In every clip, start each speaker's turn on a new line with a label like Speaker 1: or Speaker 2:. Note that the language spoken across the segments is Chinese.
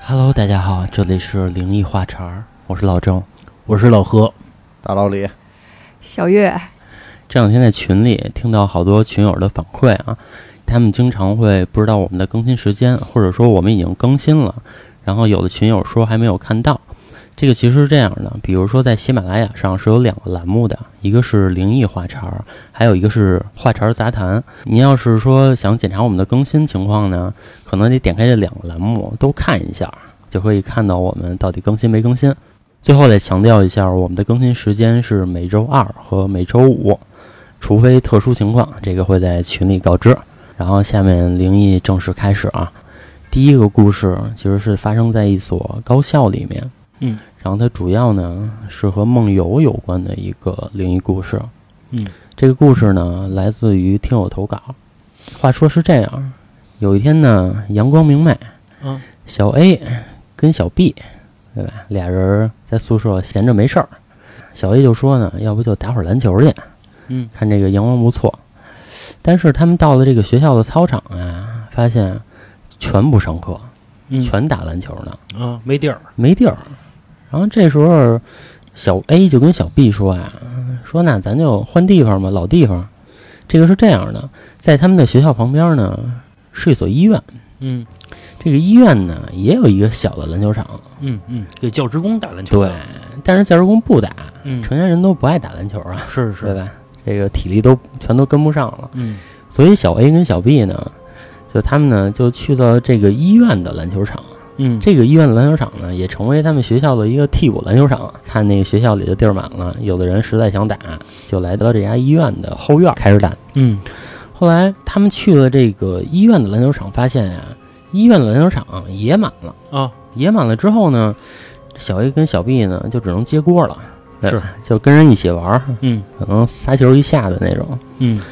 Speaker 1: Hello，大家好，这里是灵异话茬儿，我是老郑。
Speaker 2: 我是老何，
Speaker 3: 大老李，
Speaker 4: 小月，
Speaker 1: 这两天在群里听到好多群友的反馈啊，他们经常会不知道我们的更新时间，或者说我们已经更新了，然后有的群友说还没有看到。这个其实是这样的，比如说在喜马拉雅上是有两个栏目的，一个是灵异话茬儿，还有一个是话茬儿杂谈。您要是说想检查我们的更新情况呢，可能得点开这两个栏目都看一下，就可以看到我们到底更新没更新。最后再强调一下，我们的更新时间是每周二和每周五，除非特殊情况，这个会在群里告知。然后下面灵异正式开始啊，第一个故事其实是发生在一所高校里面，
Speaker 2: 嗯，
Speaker 1: 然后它主要呢是和梦游有关的一个灵异故事，
Speaker 2: 嗯，
Speaker 1: 这个故事呢来自于听友投稿。话说是这样，有一天呢，阳光明媚，
Speaker 2: 嗯，
Speaker 1: 小 A 跟小 B 对吧？俩人在宿舍闲着没事儿，小 A 就说呢，要不就打会儿篮球去，
Speaker 2: 嗯，
Speaker 1: 看这个阳光不错。但是他们到了这个学校的操场啊，发现全不上课，
Speaker 2: 嗯
Speaker 1: 全打篮球呢，
Speaker 2: 啊，没地儿，
Speaker 1: 没地儿。然后这时候，小 A 就跟小 B 说呀、说那咱就换地方吧，老地方。这个是这样的，在他们的学校旁边呢，是一所医院。
Speaker 2: 嗯
Speaker 1: 这个医院呢，也有一个小的篮球场，
Speaker 2: 嗯嗯，给教职工打篮球
Speaker 1: 对
Speaker 2: 的，，
Speaker 1: 但是教职工不打，
Speaker 2: 嗯，
Speaker 1: 成年人都不爱打篮球啊，
Speaker 2: 是
Speaker 1: 对
Speaker 2: 是，
Speaker 1: 吧？这个体力都全都跟不上了，
Speaker 2: 嗯
Speaker 1: 所以小 A 跟小 B 呢，就他们呢就去到这个医院的篮球场，
Speaker 2: 嗯，
Speaker 1: 这个医院的篮球场呢也成为他们学校的一个替补篮球场。看那个学校里的地儿满了，有的人实在想打，就来到这家医院的后院开始打。
Speaker 2: 嗯
Speaker 1: 后来他们去了这个医院的篮球场，发现呀、啊医院的篮球场也满了。
Speaker 2: 啊，
Speaker 1: 也满了之后呢，小 A 跟小 B 呢就只能接锅了，
Speaker 2: 是
Speaker 1: 就跟人一起玩，儿，
Speaker 2: 嗯
Speaker 1: 可能仨球一下的那种。
Speaker 2: 嗯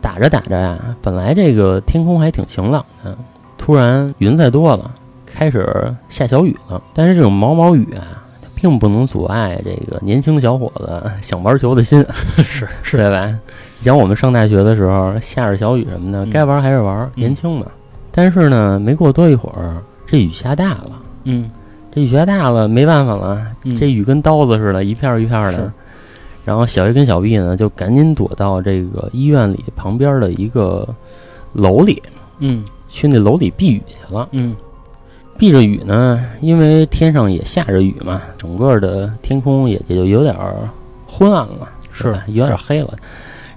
Speaker 1: 打着打着呀，本来这个天空还挺晴朗的，突然云彩多了，开始下小雨了。但是这种毛毛雨啊，它并不能阻碍这个年轻小伙子想玩球的心，
Speaker 2: 是
Speaker 1: 是 对吧？你像我们上大学的时候，下着小雨什么的，
Speaker 2: 嗯
Speaker 1: 该玩还是玩，年轻嘛。但是呢，没过多一会儿，这雨下大了。
Speaker 2: 嗯，
Speaker 1: 这雨下大了，没办法了，
Speaker 2: 嗯
Speaker 1: 这雨跟刀子似的，一片儿一片儿的
Speaker 2: 是。
Speaker 1: 然后小 A 跟小 B 呢，就赶紧躲到这个医院里旁边的一个楼里，
Speaker 2: 嗯
Speaker 1: 去那楼里避雨去了。
Speaker 2: 嗯
Speaker 1: 避着雨呢，因为天上也下着雨嘛，整个的天空也也就有点儿昏暗了，
Speaker 2: 是
Speaker 1: 对吧有点黑了。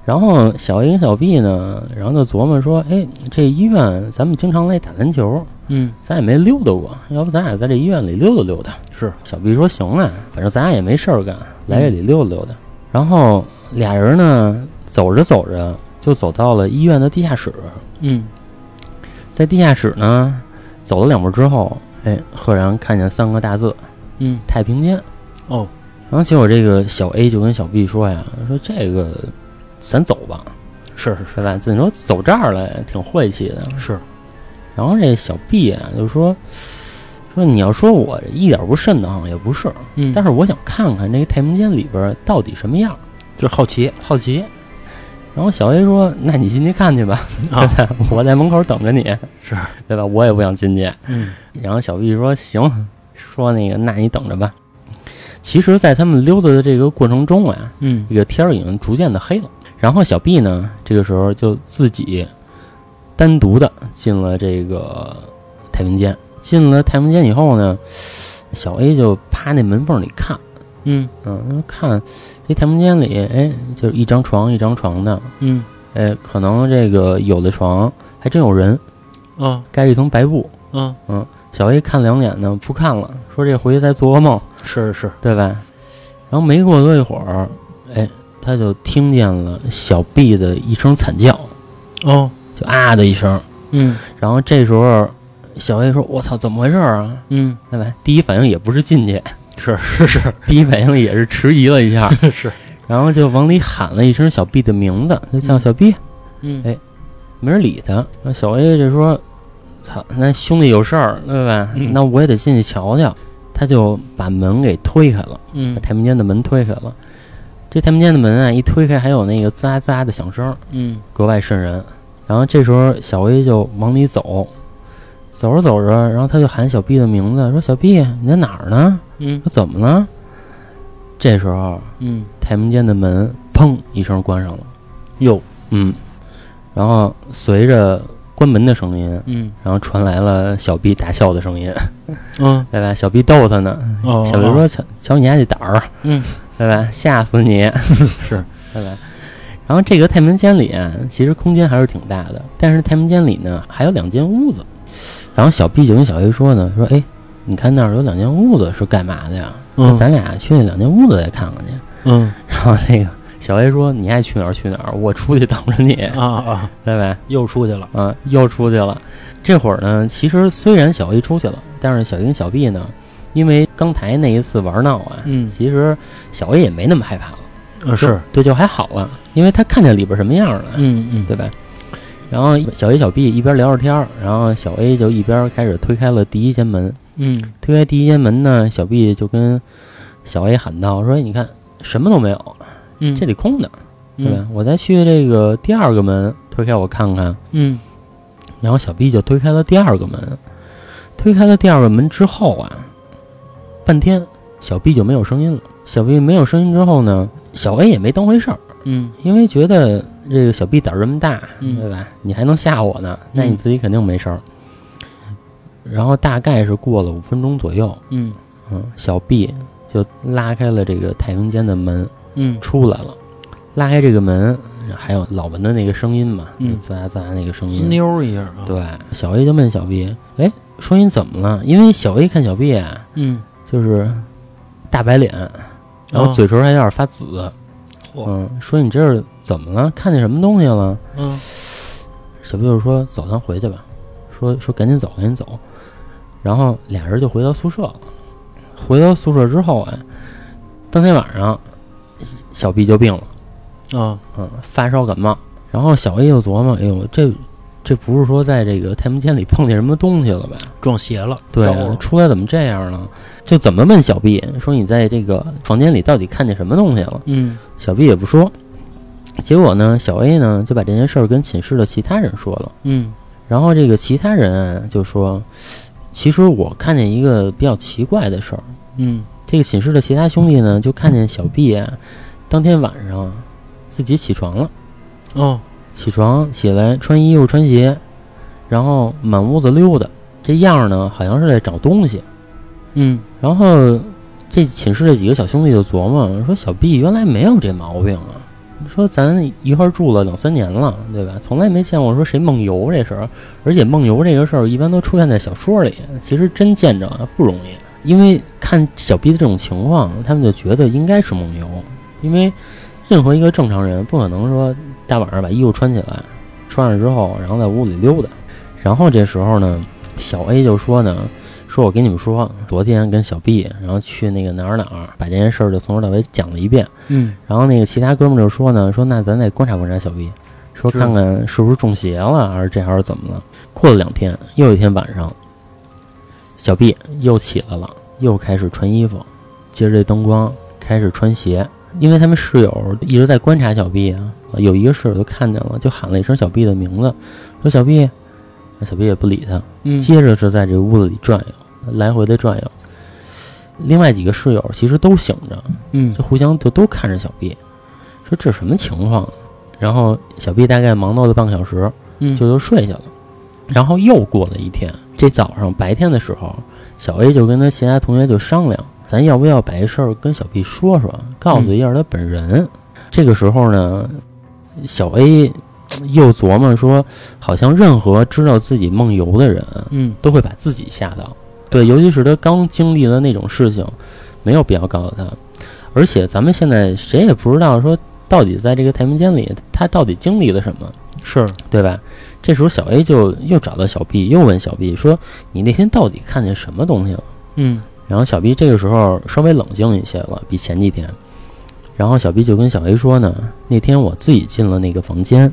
Speaker 1: 然后小 A 跟小 B 呢，然后就琢磨说，哎，这医院咱们经常来打篮球，
Speaker 2: 嗯
Speaker 1: 咱也没溜达过，要不咱俩在这医院里溜达溜达。
Speaker 2: 是，嗯
Speaker 1: 小 B 说行啊，反正咱俩也没事儿干，来这里溜达溜达。然后俩人呢，走着走着就走到了医院的地下室，
Speaker 2: 嗯
Speaker 1: 在地下室呢走了两步之后，哎，赫然看见三个大字
Speaker 2: 嗯
Speaker 1: “太平间”。
Speaker 2: 哦，
Speaker 1: 然后结果这个小 A 就跟小 B 说呀：“说这个咱走吧，
Speaker 2: 是是
Speaker 1: 对吧？你说走这儿来挺晦气的，
Speaker 2: 是，
Speaker 1: 然后这小 B 啊就说说你要说我一点不瘆得慌也不是，
Speaker 2: 嗯，
Speaker 1: 但
Speaker 2: 是
Speaker 1: 是我想看看这个太平间里边到底什么样，
Speaker 2: 就是好奇
Speaker 1: 好奇。然后小 A 说：“那你进去看去吧，
Speaker 2: 啊，
Speaker 1: 对吧我在门口等着你，
Speaker 2: 是，
Speaker 1: 对吧？我也不想进去。
Speaker 2: 嗯”
Speaker 1: 然后小 B 说：“行，说那个，那你等着吧。”其实，在他们溜达的这个过程中啊，
Speaker 2: 嗯
Speaker 1: 这个天儿已经逐渐的黑了。然后小 B 呢，这个时候就自己单独的进了这个太平间。进了太平间以后呢，小 A 就趴那门缝里看，
Speaker 2: 嗯
Speaker 1: 嗯，看这太平间里，哎，就是一张床一张床的，
Speaker 2: 嗯
Speaker 1: 哎，可能这个有的床还真有人，
Speaker 2: 啊
Speaker 1: 盖着一层白布。
Speaker 2: 啊，
Speaker 1: 小 A 看两眼呢，不看了，说这回去再做噩梦，
Speaker 2: 是是，
Speaker 1: 对吧？然后没过多一会儿，哎，他就听见了小 B 的一声惨叫，
Speaker 2: 哦，
Speaker 1: 就啊的一声。
Speaker 2: 嗯
Speaker 1: 然后这时候，小 A 说：“我操，怎么回事儿啊
Speaker 2: 嗯，？”
Speaker 1: 对吧？第一反应也不是进去，
Speaker 2: 是是是
Speaker 1: 第一反应也是迟疑了一下，
Speaker 2: 是，
Speaker 1: 然后就往里喊了一声小 B 的名字，就叫
Speaker 2: 嗯
Speaker 1: 小 B，
Speaker 2: 嗯
Speaker 1: 没人理他。那小 A 就说：“操，那兄弟有事儿，对吧？
Speaker 2: 嗯
Speaker 1: 那我也得进去瞧瞧。”他就把门给推开了。把
Speaker 2: 嗯
Speaker 1: 太平间的门推开了。这太平间的门啊，一推开还有那个滋啦滋啦的响声，
Speaker 2: 嗯
Speaker 1: 格外瘆人。然后这时候小 A 就往里走，走着走着，然后他就喊小 B 的名字，说小 B 你在哪儿呢？
Speaker 2: 嗯
Speaker 1: 说怎么了？这时候
Speaker 2: 嗯，
Speaker 1: 太平间的门砰一声关上了，
Speaker 2: 哟，
Speaker 1: 嗯，然后随着关门的声音，
Speaker 2: 嗯
Speaker 1: 然后传来了小 B 大笑的声音，
Speaker 2: 嗯
Speaker 1: 拜拜，小 B 逗他呢，
Speaker 2: 哦，
Speaker 1: 小 B 说瞧瞧你家这胆儿，
Speaker 2: 嗯，
Speaker 1: 拜拜，吓死你，
Speaker 2: 是，
Speaker 1: 拜拜。然后这个太平间里啊，其实空间还是挺大的，但是太平间里呢还有两间屋子。然后小 B 就跟小 A 说呢，说哎，你看那儿有两间屋子是干嘛的呀？那
Speaker 2: 嗯
Speaker 1: 咱俩去那两间屋子再看看去。
Speaker 2: 嗯
Speaker 1: 然后那个小 A 说你爱去哪儿去哪儿，我出去等着你，
Speaker 2: 啊啊，
Speaker 1: 拜拜。
Speaker 2: 又出去了，
Speaker 1: 啊，又出去了。这会儿呢，其实虽然小 A 出去了，但是小 A 跟小 B 呢，因为刚才那一次玩闹啊，
Speaker 2: 嗯
Speaker 1: 其实小 A 也没那么害怕了，
Speaker 2: 呃是，
Speaker 1: 对，就还好了，因为他看见里边什么样了，
Speaker 2: 嗯嗯，
Speaker 1: 对吧？然后小 A 小 B 一边聊着天儿，然后小 A 就一边开始推开了第一间门。
Speaker 2: 嗯
Speaker 1: 推开第一间门呢，小 B 就跟小 A 喊道：“说你看什么都没有，
Speaker 2: 嗯，
Speaker 1: 这里空的，对吧
Speaker 2: 嗯？
Speaker 1: 我再去这个第二个门推开，我看看。”
Speaker 2: 嗯
Speaker 1: 然后小 B 就推开了第二个门，推开了第二个门之后啊，半天小 B 就没有声音了。小 B 没有声音之后呢，小 A 也没当回事儿，
Speaker 2: 嗯
Speaker 1: 因为觉得这个小 B 胆儿这么大，
Speaker 2: 嗯
Speaker 1: 对吧？你还能吓我呢，那你自己肯定没事儿。然后大概是过了五分钟左右，
Speaker 2: 嗯
Speaker 1: 嗯，小 B 就拉开了这个太平间的门，
Speaker 2: 嗯
Speaker 1: 出来了。拉开这个门，还有老文的那个声音嘛，
Speaker 2: 嗯
Speaker 1: 就滋啦滋啦那个声音，
Speaker 2: 嗯，妞一下啊，
Speaker 1: 对，小 A 就问小 B：“ 哎，说你怎么了？”因为小 A 看小 B 啊，
Speaker 2: 嗯
Speaker 1: 就是大白脸，然后
Speaker 2: 哦
Speaker 1: 嘴唇还有点发紫。
Speaker 2: 嚯
Speaker 1: 嗯，说你这是怎么了？看见什么东西了？
Speaker 2: 嗯
Speaker 1: 小 B 就说：“走，咱回去吧。”说说赶紧走，赶紧走。然后俩人就回到宿舍了。回到宿舍之后啊，当天晚上小 B 就病了，
Speaker 2: 啊
Speaker 1: 嗯，发烧感冒。然后小 A 就琢磨：“哎呦，这这不是说在这个太平间里碰见什么东西了吧？”
Speaker 2: 撞邪了，
Speaker 1: 对
Speaker 2: 着
Speaker 1: 啊，
Speaker 2: 了
Speaker 1: 出来怎么这样呢？就怎么问小 B 说你在这个房间里到底看见什么东西了？
Speaker 2: 嗯
Speaker 1: 小 B 也不说。结果呢，小 A 呢就把这件事儿跟寝室的其他人说了，
Speaker 2: 嗯
Speaker 1: 然后这个其他人就说，其实我看见一个比较奇怪的事儿，
Speaker 2: 嗯
Speaker 1: 这个寝室的其他兄弟呢就看见小 B 啊，当天晚上自己起床了，
Speaker 2: 哦
Speaker 1: 起床起来穿衣服穿鞋，然后满屋子溜达，这样儿呢好像是在找东西。
Speaker 2: 嗯
Speaker 1: 然后这寝室这几个小兄弟就琢磨说：“小 B 原来没有这毛病啊，说咱一块儿住了两三年了，对吧？从来没见过说谁梦游这事儿，而且梦游这个事儿一般都出现在小说里，其实真见着啊不容易。因为看小 B 的这种情况，他们就觉得应该是梦游，因为任何一个正常人不可能说大晚上把衣服穿起来，穿上之后然后在屋里溜达。然后这时候呢，小 A 就说呢，说我跟你们说，昨天跟小 B，然后去那个哪儿哪儿，把这件事儿就从头到尾讲了一遍。
Speaker 2: 嗯
Speaker 1: 然后那个其他哥们儿就说呢，说那咱得观察观察小 B，说
Speaker 2: 是
Speaker 1: 看看是不是中邪了，还是这还是怎么了。过了两天，又一天晚上，小 B 又起来了，又开始穿衣服，借着这灯光开始穿鞋。因为他们室友一直在观察小 B 啊，有一个室友就看见了，就喊了一声小 B 的名字，说小 B，那小 B 也不理他，
Speaker 2: 嗯
Speaker 1: 接着是在这屋子里转悠，来回的转悠。另外几个室友其实都醒着，
Speaker 2: 嗯
Speaker 1: 就互相就都看着小 B，说这什么情况啊？然后小 B 大概忙叨了半个小时，
Speaker 2: 嗯
Speaker 1: 就又睡下了。然后又过了一天，这早上白天的时候，小 A 就跟他其他同学就商量，咱要不要把这事儿跟小 B 说说，告诉一下他本人。
Speaker 2: 嗯
Speaker 1: 这个时候呢，小 A 又琢磨说，好像任何知道自己梦游的人，
Speaker 2: 嗯
Speaker 1: 都会把自己吓到。对，尤其是他刚经历了那种事情，没有必要告诉他。而且咱们现在谁也不知道说到底在这个太平间里他到底经历了什么，
Speaker 2: 是
Speaker 1: 对吧？这时候小 A 就又找到小 B，又问小 B 说：“你那天到底看见什么东西了
Speaker 2: 嗯？”
Speaker 1: 然后小 B 这个时候稍微冷静一些了，比前几天。然后小 B 就跟小 A 说呢：“那天我自己进了那个房间，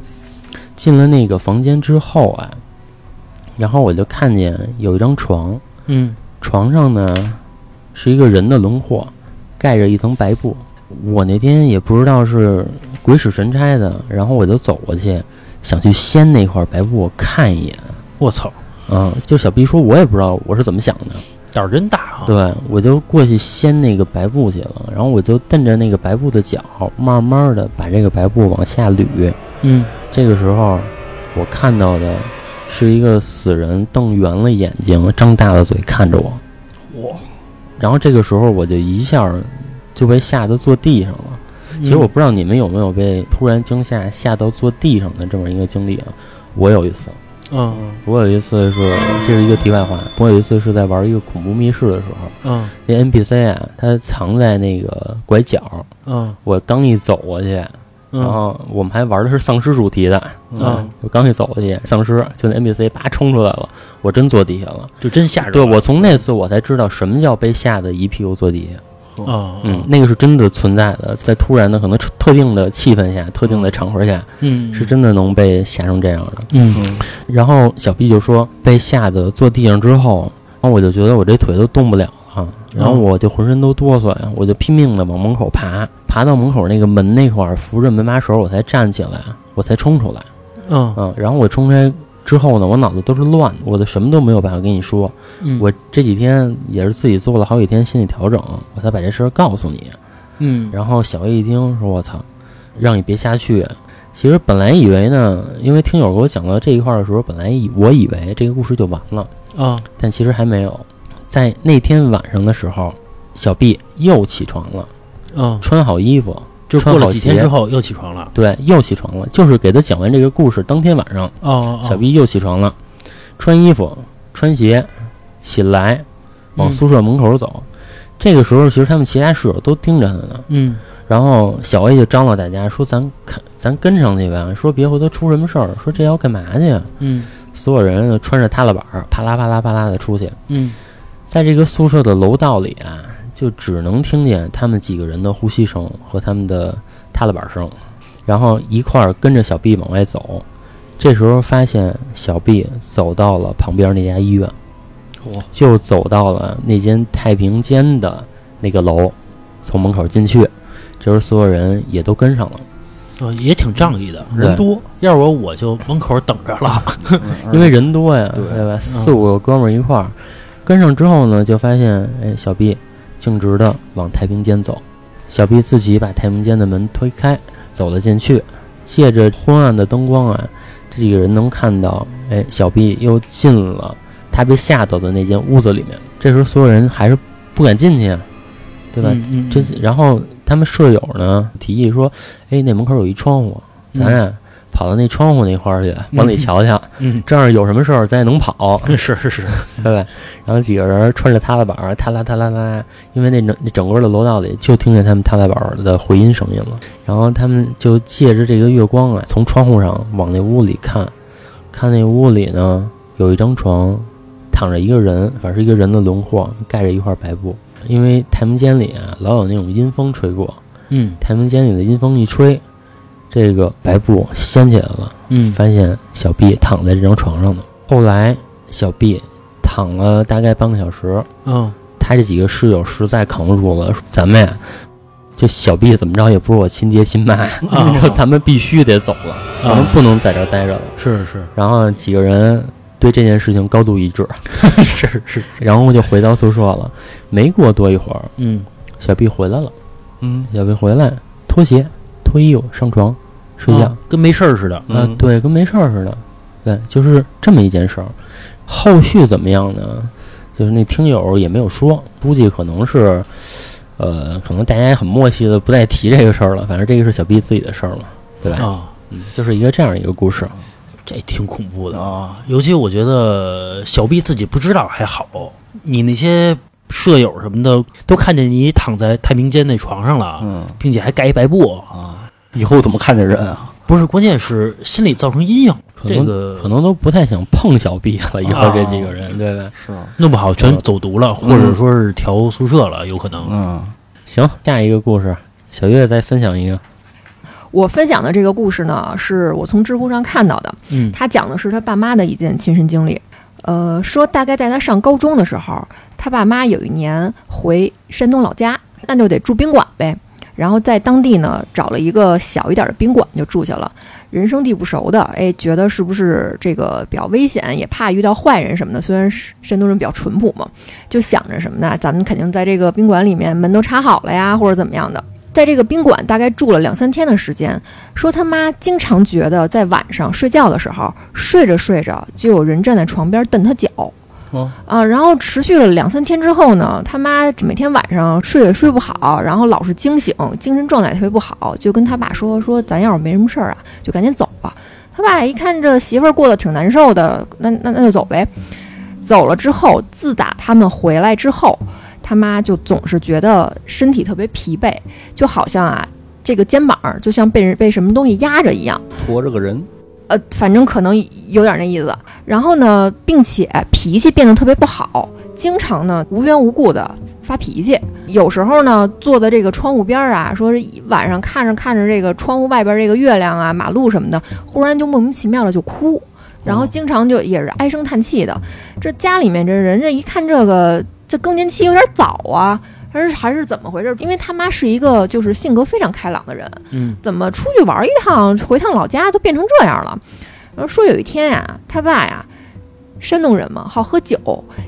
Speaker 1: 进了那个房间之后啊，然后我就看见有一张床，
Speaker 2: 嗯
Speaker 1: 床上呢是一个人的轮廓，盖着一层白布。我那天也不知道是鬼使神差的，然后我就走过去，想去掀那块白布看一眼
Speaker 2: 我操
Speaker 1: 啊、嗯，就小 B 说，我也不知道我是怎么想的，
Speaker 2: 胆儿真大啊！
Speaker 1: 对我就过去掀那个白布去了，然后我就蹬着那个白布的脚，慢慢的把这个白布往下捋。
Speaker 2: 嗯
Speaker 1: 这个时候，我看到的是一个死人瞪圆了眼睛，张大了嘴看着我。
Speaker 3: 哇，
Speaker 1: 然后这个时候我就一下就被吓得坐地上了。
Speaker 2: 嗯
Speaker 1: 其实我不知道你们有没有被突然惊吓吓到坐地上的这么一个经历啊。我有一次，
Speaker 2: 嗯
Speaker 1: 我有一次是这是一个题外话，我有一次是在玩一个恐怖密室的时候，
Speaker 2: 嗯
Speaker 1: 那 NPC 啊，他藏在那个拐角，
Speaker 2: 嗯
Speaker 1: 我刚一走过去，然
Speaker 2: 嗯
Speaker 1: 后我们还玩的是丧尸主题的，
Speaker 2: 嗯，
Speaker 3: 啊
Speaker 1: 我刚一走过去，丧尸就那 NPC 叭冲出来了，我真坐地下了。
Speaker 2: 就真吓人。
Speaker 1: 对我从那次我才知道什么叫被吓得一屁股坐地下，
Speaker 2: 啊，
Speaker 1: 嗯，那个是真的存在的，在突然的可能特特定的气氛下、特定的场合下，
Speaker 2: 嗯
Speaker 1: 是真的能被吓成这样的。
Speaker 2: 嗯
Speaker 1: 然后小 B 就说被吓得坐地上之后，然后我就觉得我这腿都动不了了，然后我就浑身都哆嗦呀，我就拼命的往门口爬，爬到门口那个门那块儿，扶着门把手我才站起来，我才冲出来，
Speaker 2: 嗯
Speaker 1: 嗯，然后我冲出来之后呢，我脑子都是乱的，我的什么都没有办法跟你说，
Speaker 2: 嗯
Speaker 1: 我这几天也是自己做了好几天心理调整，我才把这事儿告诉你，
Speaker 2: 嗯
Speaker 1: 然后小 A 一听说：“我操，让你别瞎去。”其实本来以为呢，因为听友给我讲到这一块儿的时候，本来以我以为这个故事就完了，
Speaker 2: 啊
Speaker 1: 但其实还没有。在那天晚上的时候，小 B 又起床了，
Speaker 2: 啊，
Speaker 1: 穿好衣服，
Speaker 2: 就过了几天之
Speaker 1: 后，
Speaker 2: 后又起床了。
Speaker 1: 对，又起床了。就是给他讲完这个故事，当天晚上，
Speaker 2: 哦，
Speaker 1: 小 B 又起床了，穿衣服、穿鞋，起来，往
Speaker 2: 嗯
Speaker 1: 宿舍门口走。这个时候，其实他们其他室友都盯着他呢。
Speaker 2: 嗯
Speaker 1: 然后小 A 就张罗大家说：“咱看，咱跟上去呗，说别回头出什么事儿。说这要干嘛去？”啊
Speaker 2: 嗯
Speaker 1: 所有人就穿着踏拉板儿，啪啦啪啦啪啦的出去。
Speaker 2: 嗯
Speaker 1: 在这个宿舍的楼道里啊，就只能听见他们几个人的呼吸声和他们的踏拉板声，然后一块儿跟着小 B 往外走。这时候发现小 B 走到了旁边那家医院，
Speaker 3: 哇，
Speaker 1: 就走到了那间太平间的那个楼，从门口进去。这时候所有人也都跟上了，
Speaker 2: 嗯，也挺仗义的，
Speaker 1: 对
Speaker 2: 人多。要是我，我就门口等着了。
Speaker 1: 因为人多呀，
Speaker 3: 对
Speaker 1: 吧？四五个哥们儿一块儿跟上之后呢，就发现哎，小 B 径直的往太平间走。小 B 自己把太平间的门推开，走了进去。借着昏暗的灯光啊，这几个人能看到，哎，小 B 又进了他被吓到的那间屋子里面。这时候所有人还是不敢进去啊，对吧？
Speaker 2: 嗯？嗯，
Speaker 1: 这然后他们舍友呢提议说，哎，那门口有一窗户，咱
Speaker 2: 嗯
Speaker 1: 啊跑到那窗户那块儿去，往里
Speaker 2: 嗯
Speaker 1: 瞧瞧。
Speaker 2: 嗯，
Speaker 1: 这样有什么事儿咱也能跑，
Speaker 2: 是是是，
Speaker 1: 对吧？然后几个人穿着踏拉板儿，踏啦踏啦啦，因为那整那整个的楼道里就听见他们踏拉板儿的回音声音了。然后他们就借着这个月光啊，从窗户上往那屋里看，看那屋里呢有一张床，躺着一个人，反正是一个人的轮廓，盖着一块白布。因为太平间里啊老有那种阴风吹过，
Speaker 2: 嗯
Speaker 1: 太平间里的阴风一吹，这个白布掀起来了。
Speaker 2: 嗯
Speaker 1: 发现小 B 躺在这张床上呢。后来小 B 躺了大概半个小时，
Speaker 2: 嗯
Speaker 1: 他这几个室友实在扛不住了，说咱们呀，就小 B 怎么着也不是我亲爹亲妈，
Speaker 2: 啊
Speaker 1: 说 咱们必须得走了，咱们
Speaker 2: 啊，
Speaker 1: 不能在这儿待着了。
Speaker 2: 是是，
Speaker 1: 然后几个人对这件事情高度一致，
Speaker 2: 是是，
Speaker 1: 然后就回到宿舍了。没过多一会儿，
Speaker 2: 嗯
Speaker 1: 小 B 回来了，
Speaker 3: 嗯
Speaker 1: 小 B 回来脱鞋、脱衣服、上床睡觉。
Speaker 2: 啊跟没事儿似
Speaker 3: 嗯
Speaker 2: 的。
Speaker 1: 啊，，对，跟没事儿似的，对，就是这么一件事儿。后续怎么样呢？就是那听友也没有说，估计可能是，呃，可能大家也很默契的不再提这个事儿了。反正这个是小 B 自己的事儿嘛，对吧？
Speaker 2: 啊，
Speaker 1: 嗯，就是一个这样一个故事。
Speaker 2: 这挺恐怖的。
Speaker 3: 啊，
Speaker 2: 尤其我觉得小 B 自己不知道还好，你那些舍友什么的都看见你躺在太平间那床上了，
Speaker 3: 嗯
Speaker 2: 并且还盖一白布，
Speaker 3: 啊，以后怎么看这人啊？
Speaker 2: 不是，关键是心理造成阴影，
Speaker 1: 可
Speaker 2: 这
Speaker 1: 能、
Speaker 2: 个啊
Speaker 1: 可能都不太想碰小 B 了，以后这几个人，对吧？
Speaker 3: 是，
Speaker 2: 弄不好全走读了，或者说是调宿舍了，有可能。
Speaker 3: 嗯，
Speaker 1: 行，下一个故事，小月再分享一个。
Speaker 2: 哦
Speaker 4: 我分享的这个故事呢，是我从知乎上看到的。
Speaker 2: 嗯
Speaker 4: 他讲的是他爸妈的一件亲身经历。呃，说大概在他上高中的时候，他爸妈有一年回山东老家，那就得住宾馆呗。然后在当地呢找了一个小一点的宾馆就住下了。人生地不熟的，哎，觉得是不是这个比较危险，也怕遇到坏人什么的。虽然是山东人比较淳朴嘛，就想着什么呢？咱们肯定在这个宾馆里面门都插好了呀，或者怎么样的。在这个宾馆大概住了两三天的时间，说他妈经常觉得在晚上睡觉的时候，睡着睡着就有人站在床边蹬他脚。
Speaker 3: 哦
Speaker 4: 啊，然后持续了两三天之后呢，他妈每天晚上睡也睡不好，然后老是惊醒，精神状态也特别不好，就跟他爸说说咱要是没什么事儿啊，就赶紧走吧。他爸一看这媳妇儿过得挺难受的，那那那就走呗。走了之后，自打他们回来之后，他妈就总是觉得身体特别疲惫，就好像啊这个肩膀儿就像被人被什么东西压着一样。
Speaker 3: 驮着个人，
Speaker 4: 呃，反正可能有点那意思。然后呢，并且脾气变得特别不好，经常呢无缘无故的发脾气。有时候呢，坐在这个窗户边儿啊，说是晚上看着看着这个窗户外边这个月亮啊、马路什么的，忽然就莫名其妙的就哭，然后经常就也是唉声叹气的。这家里面这人，这一看这个这更年期有点早啊。还是还是怎么回事？因为他妈是一个就是性格非常开朗的人，
Speaker 2: 嗯，
Speaker 4: 怎么出去玩一趟，回趟老家都变成这样了？然后说有一天呀、他爸呀，山东人嘛，好喝酒，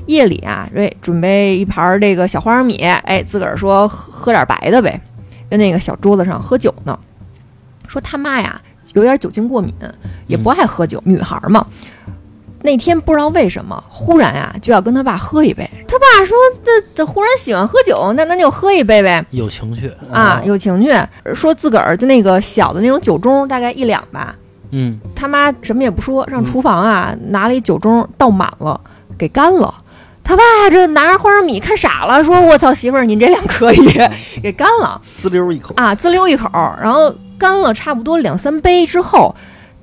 Speaker 4: 夜里啊，哎，准备一盘这个小花生米，哎，自个儿说喝喝点白的呗，跟那个小桌子上喝酒呢。说他妈呀，有点酒精过敏，也不爱喝酒，女孩嘛。那天不知道为什么，忽然啊就要跟他爸喝一杯。他爸说：“这这忽然喜欢喝酒，那咱就喝一杯呗。”
Speaker 2: 有情绪，
Speaker 4: 啊，
Speaker 3: 哦嗯
Speaker 4: 有情绪，说自个儿就那个小的那种酒盅，大概一两吧。
Speaker 2: 嗯，
Speaker 4: 他妈什么也不说，上厨房啊、拿了一酒盅倒满了，给干了。他爸这拿着花生米看傻了，说：“我操，媳妇儿，您这量可以，给干了
Speaker 3: 滋溜一口，
Speaker 4: 啊！”滋溜一口，然后干了差不多两三杯之后，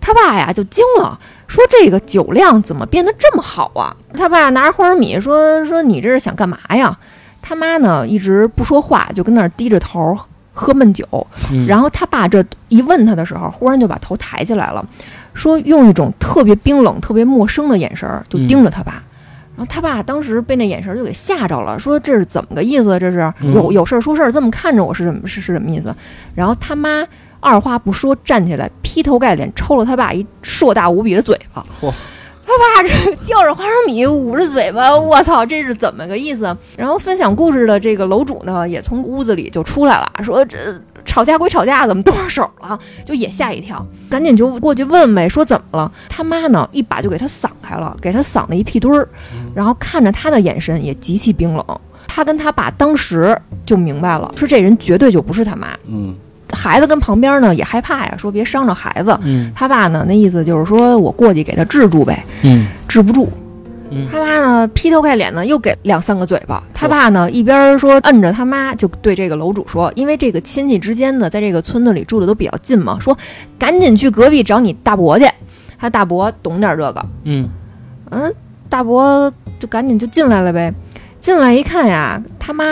Speaker 4: 他爸呀就惊了，说：“这个酒量怎么变得这么好啊？”他爸拿着花生米说：“说你这是想干嘛呀？”他妈呢一直不说话，就跟那儿低着头喝闷酒。
Speaker 2: 嗯
Speaker 4: 然后他爸这一问他的时候，忽然就把头抬起来了，说用一种特别冰冷、特别陌生的眼神儿就盯着他爸。然后他爸当时被那眼神儿就给吓着了，说这是怎么个意思？这是
Speaker 2: 嗯
Speaker 4: 有有事儿说事儿，这么看着我是什么是是什么意思？然后他妈二话不说站起来，劈头盖脸抽了他爸一硕大无比的嘴巴。
Speaker 3: 嚯
Speaker 4: 他爸这吊着花生米捂着嘴巴，我操，这是怎么个意思？啊然后分享故事的这个楼主呢，也从屋子里就出来了，说这吵架归吵架，怎么动上手了？就也吓一跳，赶紧就过去问呗，说怎么了？他妈呢，一把就给他搡开了，给他搡了一屁墩儿，然后看着他的眼神也极其冰冷。他跟他爸当时就明白了，说这人绝对就不是他妈。
Speaker 3: 嗯，
Speaker 4: 孩子跟旁边呢也害怕呀，说别伤着孩子。
Speaker 2: 嗯
Speaker 4: 他爸呢，那意思就是说我过去给他治住呗，
Speaker 2: 嗯
Speaker 4: 治不住。
Speaker 2: 嗯
Speaker 4: 他妈呢，劈头盖脸呢又给两三个嘴巴。他爸呢，一边说摁着他妈，就对这个楼主说，因为这个亲戚之间呢，在这个村子里住的都比较近嘛，说赶紧去隔壁找你大伯去。他大伯懂点这个，
Speaker 2: 嗯
Speaker 4: 嗯，大伯就赶紧就进来了呗。进来一看呀，他妈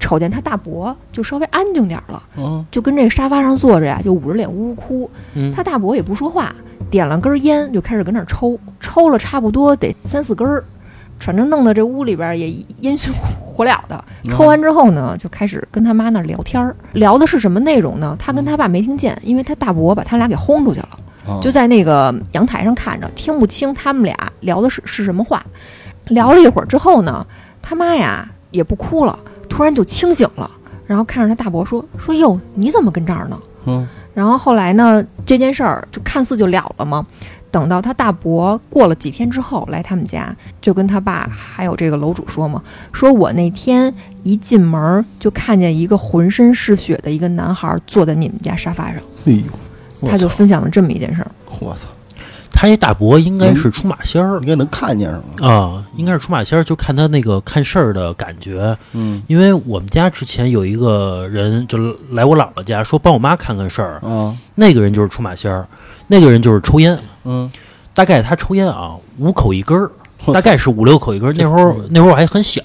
Speaker 4: 瞅见他大伯就稍微安静点儿了，
Speaker 3: 嗯，
Speaker 4: 就跟这沙发上坐着呀，就捂着脸呜呜哭。
Speaker 2: 嗯，
Speaker 4: 他大伯也不说话，点了根烟就开始跟那儿抽，抽了差不多得三四根儿，反正弄得这屋里边儿也烟熏火燎的。
Speaker 3: 嗯
Speaker 4: 抽完之后呢，就开始跟他妈那儿聊天儿，聊的是什么内容呢？他跟他爸没听见，因为他大伯把他俩给轰出去了。
Speaker 2: 嗯
Speaker 3: 啊
Speaker 4: 就在那个阳台上看着，听不清他们俩聊的是是什么话。聊了一会儿之后呢，他妈呀也不哭了，突然就清醒了，然后看着他大伯说：“说哟，你怎么跟这儿呢？”
Speaker 3: 嗯，
Speaker 4: 然后后来呢，这件事儿就看似就了了嘛。等到他大伯过了几天之后来他们家，就跟他爸还有这个楼主说嘛，说我那天一进门儿就看见一个浑身是血的一个男孩坐在你们家沙发上，
Speaker 3: 哎呦，
Speaker 2: 我
Speaker 4: 他就
Speaker 2: 操
Speaker 4: 分享了这么一件事儿。
Speaker 3: 我操，
Speaker 2: 他这大伯应该是出马仙儿
Speaker 3: 应该能看见是吗？
Speaker 2: 啊，应该是出马仙儿，就看他那个看事儿的感觉。
Speaker 3: 嗯
Speaker 2: 因为我们家之前有一个人就来我姥姥家说帮我妈看看事儿，
Speaker 3: 啊，
Speaker 2: 那个人就是出马仙儿，那个人就是抽烟，
Speaker 3: 嗯，
Speaker 2: 大概他抽烟啊五口一根 儿，
Speaker 3: 我
Speaker 2: 大概是五六口一根儿。那会 儿那会儿我还很小，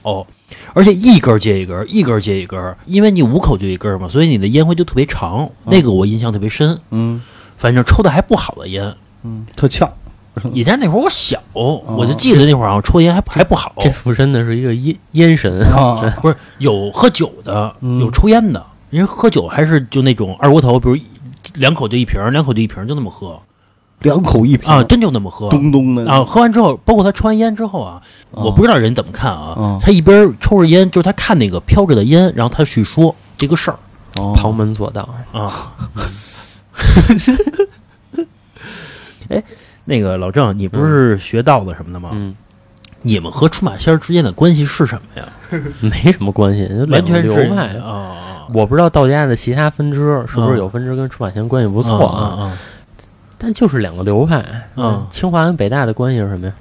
Speaker 2: 而且一根儿接一根儿，一根儿接一根儿，因为你五口就一根儿嘛，所以你的烟灰就特别长。那个我印象特别深，
Speaker 3: 嗯
Speaker 2: 反正抽的还不好的烟。
Speaker 3: 嗯，特呛，
Speaker 2: 以前那会儿我小，我就记得那会儿好像抽烟还还不好，
Speaker 1: 这附身的是一个烟烟神，
Speaker 3: 啊，
Speaker 2: 不是有喝酒的，
Speaker 3: 嗯
Speaker 2: 有抽烟的，人家喝酒还是就那种二锅头，比如一两口就一瓶儿，两口就一瓶儿，就那么喝
Speaker 3: 两口一瓶
Speaker 2: 啊，真就那么喝
Speaker 3: 咚咚的
Speaker 2: 啊。喝完之后，包括他抽完烟之后啊，我不知道人怎么看啊
Speaker 3: 嗯，
Speaker 2: 他一边抽着烟，就是他看那个飘着的烟，然后他去说这个事儿
Speaker 3: 哦
Speaker 1: 旁门左道。
Speaker 2: 啊。 哎，那个老郑，你不是学道的什么的吗？
Speaker 1: 嗯，
Speaker 2: 你们和出马仙儿之间的关系是什么呀？
Speaker 1: 没什么关系，就
Speaker 2: 完全
Speaker 1: 两个
Speaker 2: 是
Speaker 1: 流派
Speaker 2: 啊。啊，
Speaker 1: 我不知道道家的其他分支是不
Speaker 2: 嗯
Speaker 1: 是有分支跟出马仙关系不
Speaker 2: 不
Speaker 1: 错
Speaker 2: 啊，
Speaker 1: 啊，
Speaker 2: 啊
Speaker 1: 但就是两个流派。
Speaker 2: 嗯
Speaker 1: 清华跟北大的关系是什么呀？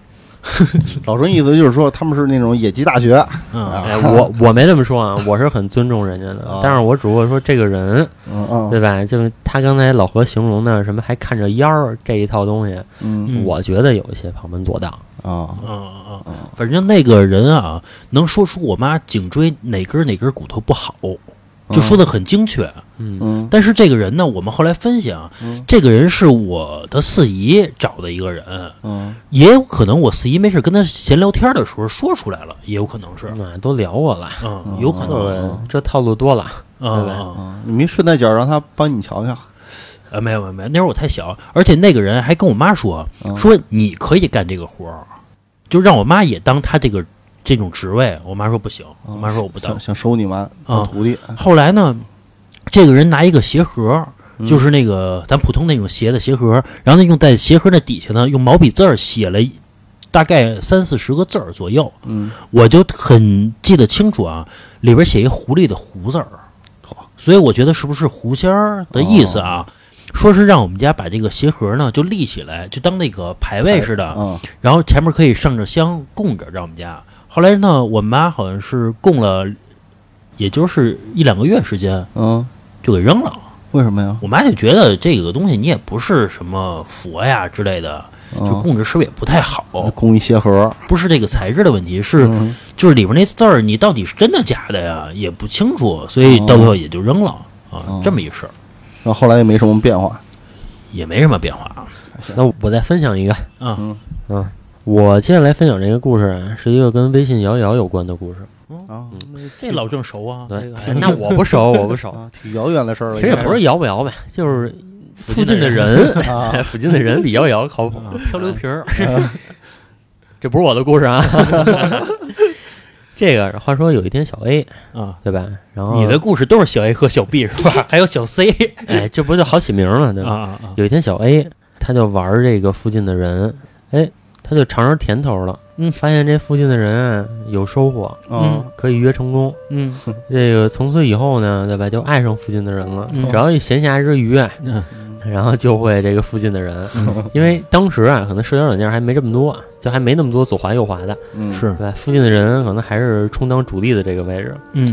Speaker 3: 老郑意思就是说他们是那种野鸡大学，
Speaker 2: 啊
Speaker 1: 哎，我我没这么说啊，我是很尊重人家的
Speaker 3: 哦，
Speaker 1: 但是我只不过说这个人，
Speaker 3: 嗯嗯
Speaker 1: 对吧？就是他刚才老何形容的什么还看着烟儿这一套东西，
Speaker 3: 嗯
Speaker 2: 嗯
Speaker 1: 我觉得有一些旁门左道。
Speaker 3: 啊
Speaker 2: 啊啊啊！反正那个人啊，能说出我妈颈椎哪根哪根骨头不好，就说的很精确。
Speaker 1: 嗯
Speaker 3: 嗯
Speaker 2: 但是这个人呢，我们后来分析啊，
Speaker 3: 嗯
Speaker 2: 这个人是我的四姨找的一个人，
Speaker 3: 嗯
Speaker 2: 也有可能我四姨没事跟他闲聊天的时候说出来了，也有可能是，
Speaker 1: 啊，都聊我了，
Speaker 2: 嗯，有可能
Speaker 1: 对吧这套路多了。对吧
Speaker 2: 啊
Speaker 3: 嗯，你没顺带脚让他帮你瞧瞧，
Speaker 2: 啊，没有没有没有，那会儿我太小，而且那个人还跟我妈说，
Speaker 3: 嗯
Speaker 2: 说你可以干这个活儿，就让我妈也当他这个这种职位，我妈说不行，
Speaker 3: 哦
Speaker 2: 我妈说我不当
Speaker 3: 想。想收你妈当徒弟，
Speaker 2: 后来呢，这个人拿一个鞋盒，
Speaker 3: 嗯
Speaker 2: 就是那个咱普通那种鞋的鞋盒，然后呢用在鞋盒的底下呢，用毛笔字儿写了一大概三四十个字儿左右，
Speaker 3: 嗯
Speaker 2: 我就很记得清楚啊，里边写一狐狸的“狐”字儿，所以我觉得是不是狐仙儿的意思啊？说是让我们家把这个鞋盒呢就立起来，就当那个牌位似的，
Speaker 3: 啊
Speaker 2: 然后前面可以上着香供着，让我们家。后来呢，我妈好像是供了，也就是一两个月时间
Speaker 3: 嗯，
Speaker 2: 就给扔了。
Speaker 3: 为什么呀？
Speaker 2: 我妈就觉得这个东西你也不是什么佛呀之类的，就
Speaker 3: 嗯
Speaker 2: 供着是不是也不太好？
Speaker 3: 供一鞋盒，
Speaker 2: 不是这个材质的问题，是
Speaker 3: 嗯
Speaker 2: 就是里边那字儿你到底是真的假的呀，也不清楚，所
Speaker 1: 哦
Speaker 2: 以到最后也就扔了啊
Speaker 3: 哦。
Speaker 2: 这么一事儿
Speaker 3: 然后后来也没什么变化，
Speaker 2: 也没什么变化啊。
Speaker 1: 那我再分享一个，
Speaker 2: 啊
Speaker 1: 嗯我接下来分享这个故事啊是一个跟微信摇一摇有关的故事。
Speaker 3: 啊
Speaker 2: 这老郑熟啊，
Speaker 1: 对
Speaker 2: 这个，
Speaker 1: 哎 那 我不熟，我不熟。
Speaker 3: 啊，挺遥远的事儿了，
Speaker 1: 其实也不是
Speaker 3: 应
Speaker 1: 摇不摇吧，就是附
Speaker 2: 附近
Speaker 1: 近
Speaker 2: 的
Speaker 1: 的人，哎
Speaker 3: 该是啊，
Speaker 1: 附近的人比摇一摇
Speaker 2: 啊
Speaker 1: 靠谱。
Speaker 2: 漂流 瓶儿
Speaker 1: 这不是我的故事啊。这个话说有一天小 A
Speaker 2: 啊。
Speaker 1: 对吧？然后
Speaker 2: 你的故事都是小 A 和小 B 是吧？ 还有小 C
Speaker 1: 哎，这不就好起名了对
Speaker 2: 啊
Speaker 1: 吧？
Speaker 2: 啊啊！
Speaker 1: 有一天小 A 他就玩这个附近的人，哎，他就尝着甜头了，
Speaker 2: 嗯
Speaker 1: 发现这附近的人啊有收获，
Speaker 3: 啊
Speaker 1: 可以约成功。
Speaker 2: 嗯
Speaker 1: 这个从此以后呢，对吧？就爱上附近的人了。
Speaker 2: 嗯
Speaker 1: 只要一闲暇之余啊，
Speaker 2: 嗯
Speaker 1: 然后就会这个附近的人，因为当时啊，可能社交软件还没这么多，啊就还没那么多左滑右滑的，
Speaker 3: 嗯
Speaker 2: 是
Speaker 1: 对吧？附近的人可能还是充当主力的这个位置。
Speaker 2: 嗯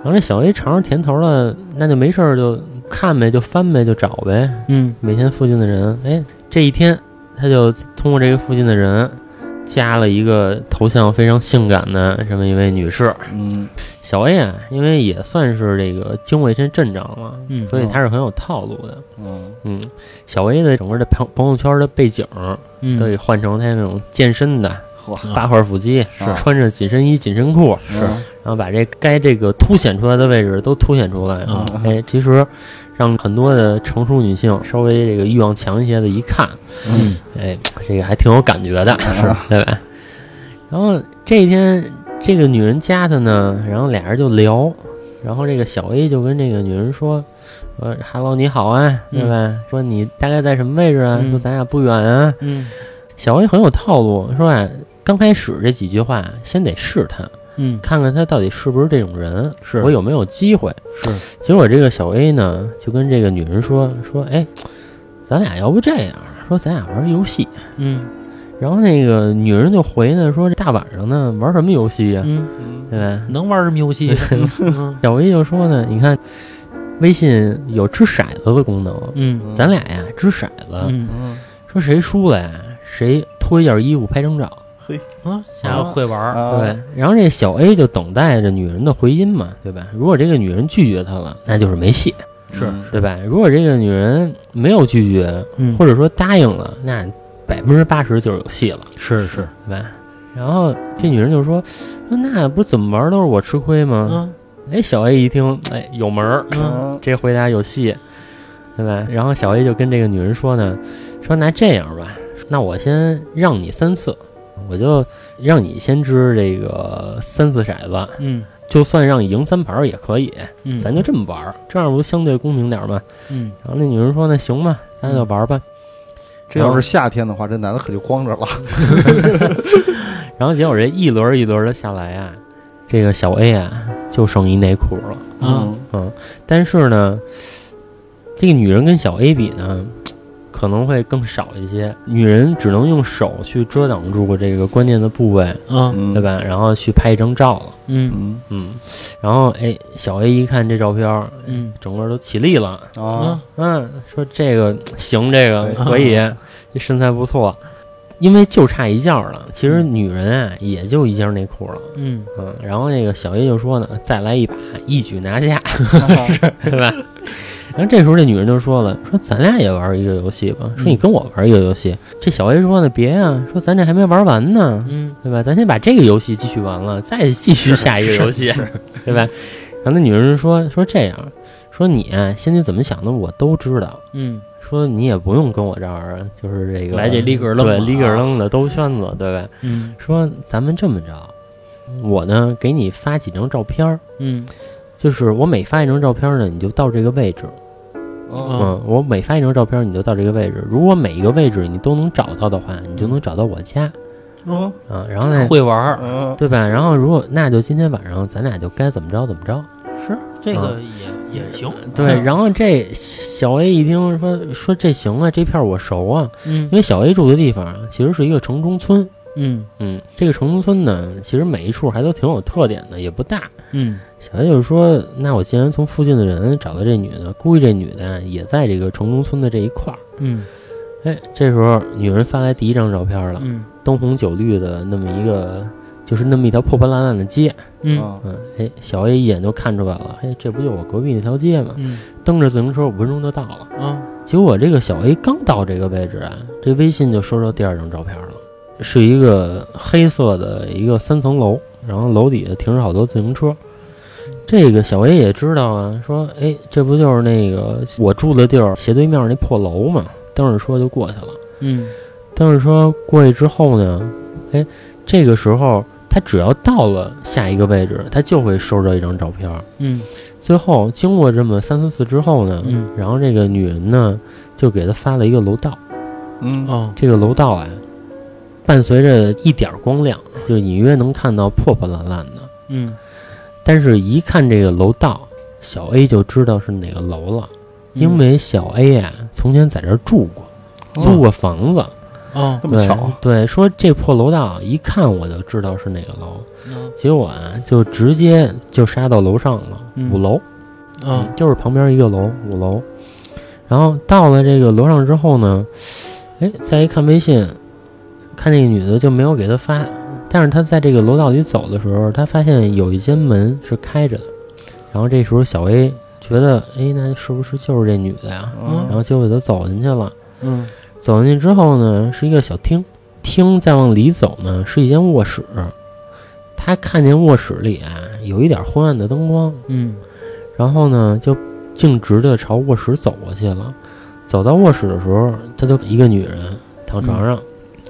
Speaker 1: 然后这小 A 尝着甜头了，那就没事儿就看呗，就翻呗，就找呗。
Speaker 2: 嗯
Speaker 1: 每天附近的人，哎，这一天他就通过这个附近的人，加了一个头像非常性感的这么一位女士。
Speaker 3: 嗯
Speaker 1: 小 A 啊，因为也算是这个经过一身阵仗了，
Speaker 2: 嗯
Speaker 1: 所以他是很有套路的。
Speaker 3: 嗯
Speaker 1: 嗯，小 A 的整个的朋朋友圈的背景
Speaker 2: 嗯啊
Speaker 1: 都给换成他那种健身的，八块腹肌，
Speaker 3: 是
Speaker 1: 穿着紧身衣、紧身裤，
Speaker 3: 是
Speaker 1: 然后把这该这个凸显出来的位置都凸显出来。
Speaker 3: 嗯
Speaker 2: 啊
Speaker 1: 哎，其实让很多的成熟女性稍微这个欲望强一些的，一看，
Speaker 2: 嗯
Speaker 1: 哎，这个还挺有感觉的，
Speaker 3: 是
Speaker 1: 对吧？然后这一天，这个女人加他呢，然后俩人就聊，然后这个小 A 就跟这个女人说。呃哈喽，你好啊，对吧？
Speaker 3: 嗯
Speaker 1: 说你大概在什么位置啊？
Speaker 2: 嗯
Speaker 1: 说咱俩不远啊。
Speaker 2: 嗯
Speaker 1: 小 A 很有套路，说啊，刚开始这几句话先得试探，
Speaker 2: 嗯
Speaker 1: 看看他到底是不是这种人，
Speaker 2: 是
Speaker 1: 我有没有机会。
Speaker 2: 是，
Speaker 1: 结果这个小 A 呢，就跟这个女人说说，哎，咱俩要不这样，说咱俩玩游戏。
Speaker 2: 嗯
Speaker 1: 然后那个女人就回呢，说这大晚上呢玩什么游戏呀、
Speaker 2: 嗯，
Speaker 1: 对吧？
Speaker 2: 能玩什么游 戏？嗯
Speaker 1: 小 A 就说呢，你看微信有掷骰子的功能，
Speaker 2: 嗯
Speaker 1: 咱俩呀掷骰子，
Speaker 2: 嗯
Speaker 3: 嗯
Speaker 1: 说谁输了呀，谁脱一件衣服拍张照。
Speaker 2: 啊，家伙会玩儿，
Speaker 3: 啊
Speaker 1: 对，然后这小 A 就等待着女人的回音嘛，对吧？如果这个女人拒绝他了，那就是没戏，
Speaker 3: 是
Speaker 1: 对吧？如果这个女人没有拒绝，
Speaker 2: 嗯
Speaker 1: 或者说答应了，那百分之八十就是有戏了，
Speaker 2: 是是，
Speaker 1: 对吧？然后这女人就说：“说那不怎么玩都是我吃亏吗？
Speaker 2: 嗯
Speaker 1: 哎，小 A 一听，哎，有门儿，
Speaker 3: 嗯，
Speaker 1: 这回答有戏，对吧？然后小 A 就跟这个女人说呢，说那这样吧，那我先让你三次，我就让你先掷这个三次骰子，
Speaker 2: 嗯
Speaker 1: 就算让你赢三盘儿也可以，
Speaker 2: 嗯，
Speaker 1: 咱就这么玩儿，这样不相对公平点儿吗？
Speaker 2: 嗯
Speaker 1: 然后那女人说：“那行吧，咱俩就玩吧。
Speaker 3: 这要是夏天的话，这男的可就光着了。
Speaker 1: 然后结果这一轮一轮的下来啊，这个小 A 啊就剩一内裤了。
Speaker 2: 啊，
Speaker 3: 嗯，
Speaker 1: 但是呢，这个女人跟小 A 比呢，可能会更少一些。女人只能用手去遮挡住这个关键的部位，
Speaker 2: 啊
Speaker 1: 对
Speaker 3: 嗯
Speaker 1: 吧？然后去拍一张照了。
Speaker 2: 嗯
Speaker 3: 嗯
Speaker 1: 嗯，然后哎，小 A 一看这照片儿，
Speaker 2: 嗯
Speaker 1: 整个都起立了。
Speaker 3: 啊，
Speaker 1: 嗯，说这个啊行，这个
Speaker 3: 哎
Speaker 1: 可以，这身材不错，因为就差一件儿了。其实女人啊，也就一件内裤了。
Speaker 2: 嗯
Speaker 1: 嗯，然后那个小叶就说呢，再来一把，一举拿下， 对吧？然后这时候这女人就说了，说咱俩也玩一个游戏吧，说你跟我玩一个游戏。这小 A 说呢，别呀、说咱这还没玩完呢，
Speaker 2: 嗯
Speaker 1: 对吧？咱先把这个游戏继续完了，再继续下一 个游戏，对吧？然后那女人说说这样，说你啊，心里怎么想的我都知道，
Speaker 2: 嗯
Speaker 1: 说你也不用跟我这儿就是这个
Speaker 2: 来这里格楞
Speaker 1: 对
Speaker 2: 了
Speaker 1: 里格
Speaker 2: 啊
Speaker 1: 楞的兜圈子，对吧？
Speaker 2: 嗯
Speaker 1: 说咱们这么着，我呢给你发几张照片儿，
Speaker 2: 嗯
Speaker 1: 就是我每发一张照片儿呢，你就到这个位置，
Speaker 3: 嗯
Speaker 2: 嗯
Speaker 1: 嗯，我每发一张照片儿你就到这个位置，如果每一个位置你都能找到的话，你就能找到我家，
Speaker 3: 嗯
Speaker 1: 啊，然后呢，
Speaker 2: 会玩儿，
Speaker 3: 嗯，
Speaker 1: 对吧？然后如果那就今天晚上咱俩就该怎么着怎么着，
Speaker 2: 是这个也也行，
Speaker 1: 对。然后这小 A 一听说说这行啊，这片儿我熟啊，
Speaker 2: 嗯
Speaker 1: 因为小 A 住的地方啊，其实是一个城中村。
Speaker 2: 嗯
Speaker 1: 嗯，这个城中村呢，其实每一处还都挺有特点的，也不大。
Speaker 2: 嗯
Speaker 1: 小 A 就是说，那我既然从附近的人找到这女的，估计这女的也在这个城中村的这一块儿。
Speaker 2: 嗯
Speaker 1: 哎，这时候女人发来第一张照片了，
Speaker 2: 嗯
Speaker 1: 灯红酒绿的那么一个，就是那么一条破破烂烂的街。
Speaker 2: 嗯
Speaker 1: 嗯，哎，小 A 一眼就看出来了，哎，这不就我隔壁那条街吗？
Speaker 2: 嗯
Speaker 1: 蹬着自行车五分钟就到了。
Speaker 2: 啊
Speaker 1: 结果这个小 A 刚到这个位置啊，这微信就收到第二张照片了，是一个黑色的一个三层楼，然后楼底下停着好多自行车。这个小 A 也知道啊，说哎，这不就是那个我住的地儿斜对面那破楼嘛？蹬着车就过去了。
Speaker 2: 嗯
Speaker 1: 蹬着车过去之后呢，哎，这个时候他只要到了下一个位置，他就会收到一张照片。
Speaker 2: 嗯
Speaker 1: 最后经过这么三四次之后呢，
Speaker 2: 嗯
Speaker 1: 然后这个女人呢就给他发了一个楼道，
Speaker 3: 嗯
Speaker 2: 哦
Speaker 1: 这个楼道啊，伴随着一点光亮，就隐约能看到破破烂烂的，
Speaker 2: 嗯
Speaker 1: 但是一看这个楼道，小 A 就知道是哪个楼了，
Speaker 2: 嗯
Speaker 1: 因为小 A 啊从前在这儿住过，租过房子，
Speaker 2: 哦
Speaker 3: 这么
Speaker 1: 对
Speaker 3: 巧，
Speaker 1: 对，说这破楼道一看我就知道是哪个楼，结果啊就直接就杀到楼上了，
Speaker 2: 嗯
Speaker 1: 五楼。
Speaker 2: 啊
Speaker 1: 嗯就是旁边一个楼，五楼。然后到了这个楼上之后呢，哎，再一看微信，看那个女的就没有给他发，但是他在这个楼道里走的时候，他发现有一间门是开着的，然后这时候小 A 觉得，哎，那是不是就是这女的呀？然
Speaker 3: 嗯
Speaker 1: 后结果就走进去了。
Speaker 2: 嗯
Speaker 1: 走进去之后呢，是一个小厅，厅再往里走呢，是一间卧室。他看见卧室里啊，有一点昏暗的灯光，
Speaker 2: 嗯
Speaker 1: 然后呢，就径直的朝卧室走过去了。走到卧室的时候，他就一个女人躺床上，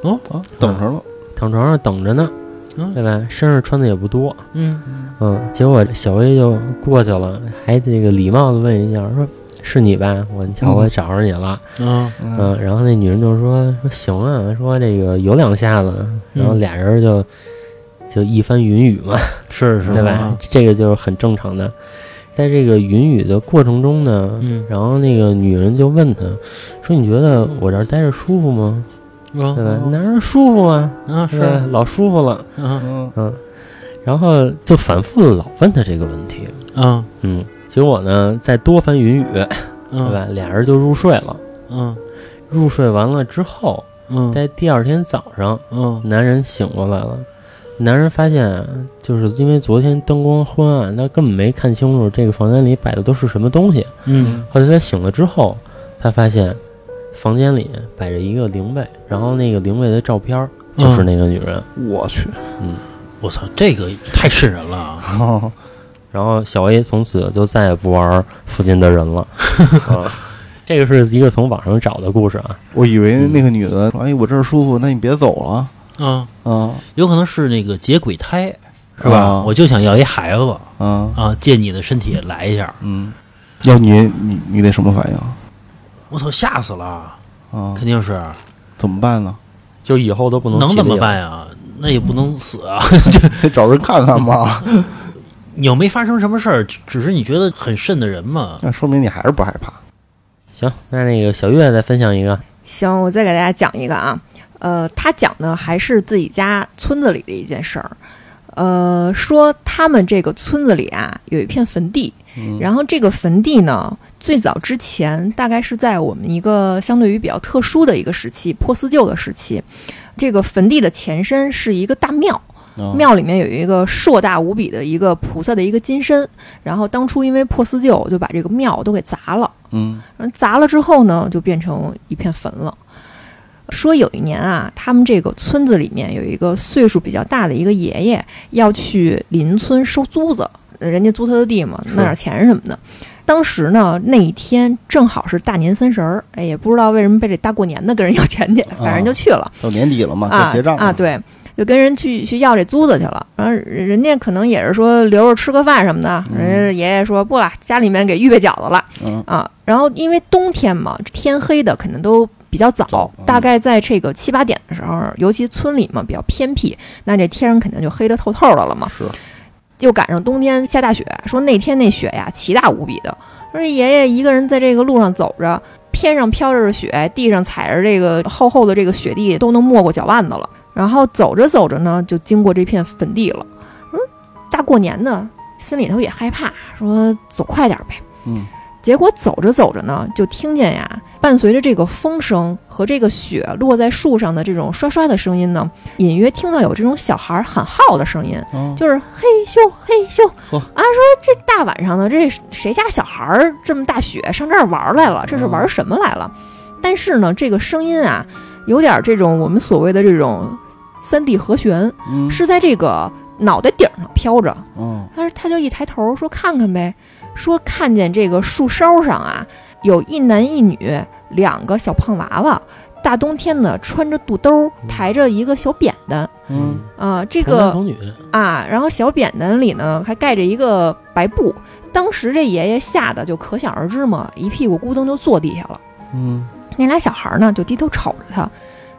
Speaker 3: 啊，等着了，
Speaker 1: 躺床上等着呢，
Speaker 2: 嗯
Speaker 1: 对吧？身上穿的也不多，
Speaker 2: 嗯
Speaker 1: 嗯。结果小 A 就过去了，还那个礼貌的问一下，说：“是你吧？我你瞧，
Speaker 3: 嗯
Speaker 1: 我找着你了。
Speaker 2: 啊
Speaker 3: 嗯
Speaker 1: 嗯，然后那女人就说：“说行啊，说这个有两下子。”然后
Speaker 2: 嗯
Speaker 1: 俩人就就一番云雨嘛，
Speaker 3: 是是
Speaker 1: 对吧
Speaker 2: 啊？
Speaker 1: 这个就是很正常的。在这个云雨的过程中呢，
Speaker 2: 嗯
Speaker 1: 然后那个女人就问他，说：“你觉得我这儿待着舒服吗？对
Speaker 2: 啊
Speaker 1: 吧？哪儿舒服啊？
Speaker 2: 啊
Speaker 1: 是
Speaker 2: 是
Speaker 1: 吧老舒服了。
Speaker 2: 啊
Speaker 3: 嗯
Speaker 1: 嗯，然后就反复的老问他这个问题。
Speaker 2: 啊
Speaker 1: 嗯，结果呢，再多番云雨，对
Speaker 2: 嗯
Speaker 1: 吧？俩人就入睡了。
Speaker 2: 嗯
Speaker 1: 入睡完了之后，
Speaker 2: 嗯
Speaker 1: 在第二天早上，
Speaker 2: 嗯
Speaker 1: 男人醒过来了。男人发现啊，就是因为昨天灯光昏暗，他根本没看清楚这个房间里摆的都是什么东西。
Speaker 2: 嗯
Speaker 1: 后来他醒了之后，他发现房间里摆着一个灵位，然后那个灵位的照片儿
Speaker 3: 嗯
Speaker 1: 就是那个女人。
Speaker 3: 我去，
Speaker 2: 我操，这个太瘆人了啊！
Speaker 3: 哦
Speaker 1: 然后小 A 从此就再也不玩附近的人 了。啊这个是一个从网上找的故事啊，
Speaker 3: 我以为那个女的，哎，我这儿舒服，那你别走了
Speaker 2: 啊，
Speaker 3: 啊
Speaker 2: 有可能是那个结鬼胎，
Speaker 3: 啊
Speaker 2: 是吧？我就想要一孩子
Speaker 3: 啊，
Speaker 2: 啊，借你的身体来一下。
Speaker 3: 嗯，要你你你得什么反应
Speaker 2: 我操，吓死了！
Speaker 3: 啊？
Speaker 2: 肯定是
Speaker 3: 怎么办呢？
Speaker 1: 就以后嗯都不能
Speaker 2: 能
Speaker 1: 提
Speaker 2: 怎么
Speaker 1: 这个？
Speaker 2: 办呀？那也不能死啊！
Speaker 3: 得 找人看看吧，
Speaker 2: 你又没发生什么事儿，只只是你觉得很瘆的人嘛。
Speaker 3: 那说明你还是不害怕。
Speaker 1: 行，那那个小月再分享一个，
Speaker 4: 行，我再给大家讲一个啊，呃，他讲的还是自己家村子里的一件事儿，呃，说他们这个村子里啊有一片坟地，然后这个坟地呢，最早之前大概是在我们一个相对于比较特殊的一个时期，破四旧的时期，这个坟地的前身是一个大庙。
Speaker 3: 啊
Speaker 4: 庙里面有一个硕大无比的一个菩萨的一个金身，然后当初因为破四旧就把这个庙都给砸了，
Speaker 3: 嗯
Speaker 4: 然后砸了之后呢，就变成一片坟了。说有一年啊，他们这个村子里面有一个岁数比较大的一个爷爷要去邻村收租子，呃人家租他的地嘛，弄点钱什么的。当时呢，那一天正好是大年三十儿，哎，也不知道为什么被这大过年的跟人要钱去，反正就去了。
Speaker 3: 到年底了嘛，
Speaker 4: 啊
Speaker 3: 该结账了
Speaker 4: 啊，，对，就跟人去去要这租子去了。然后人人家可能也是说留着吃个饭什么的，
Speaker 3: 嗯
Speaker 4: 人家爷爷说不了，家里面给预备饺子了。
Speaker 3: 嗯
Speaker 4: 啊，然后因为冬天嘛，天黑的可能都比较早，
Speaker 3: 早嗯
Speaker 4: 大概在这个七八点的时候，尤其村里嘛比较偏僻，那这天肯定就黑得透透的了嘛。
Speaker 3: 是
Speaker 4: 又赶上冬天下大雪，说那天那雪呀奇大无比的，说这爷爷一个人在这个路上走着，天上飘着雪，地上踩着这个厚厚的这个雪地，都能没过脚腕子了。然后走着走着呢，就经过这片坟地了。嗯，大过年的，心里头也害怕，说走快点呗。
Speaker 3: 嗯，
Speaker 4: 结果走着走着呢，就听见呀，伴随着这个风声和这个雪落在树上的这种刷刷的声音呢，隐约听到有这种小孩儿喊号的声音。
Speaker 3: 啊
Speaker 4: 就是嘿咻嘿咻
Speaker 3: 嚯
Speaker 4: 啊！说这大晚上的，这谁家小孩儿这么大雪上这儿玩儿来了？这是玩儿什么来了？但是呢，这个声音啊，有点儿这种我们所谓的这种三 D 和弦，
Speaker 3: 嗯
Speaker 4: 是在这个脑袋顶儿上飘着。
Speaker 3: 嗯
Speaker 4: 但是他就一抬头说看看呗，说看见这个树梢上啊，有一男一女两个小胖娃娃，大冬天的穿着肚兜，抬着一个小扁担
Speaker 3: 嗯，
Speaker 4: 啊、这
Speaker 1: 童
Speaker 4: 个
Speaker 1: 男童女，
Speaker 4: 啊，然后小扁担里呢还盖着一个白布。当时这爷爷吓得就可想而知嘛，一屁股咕噔就坐地下了。
Speaker 3: 嗯
Speaker 4: 那俩小孩呢就低头瞅着他，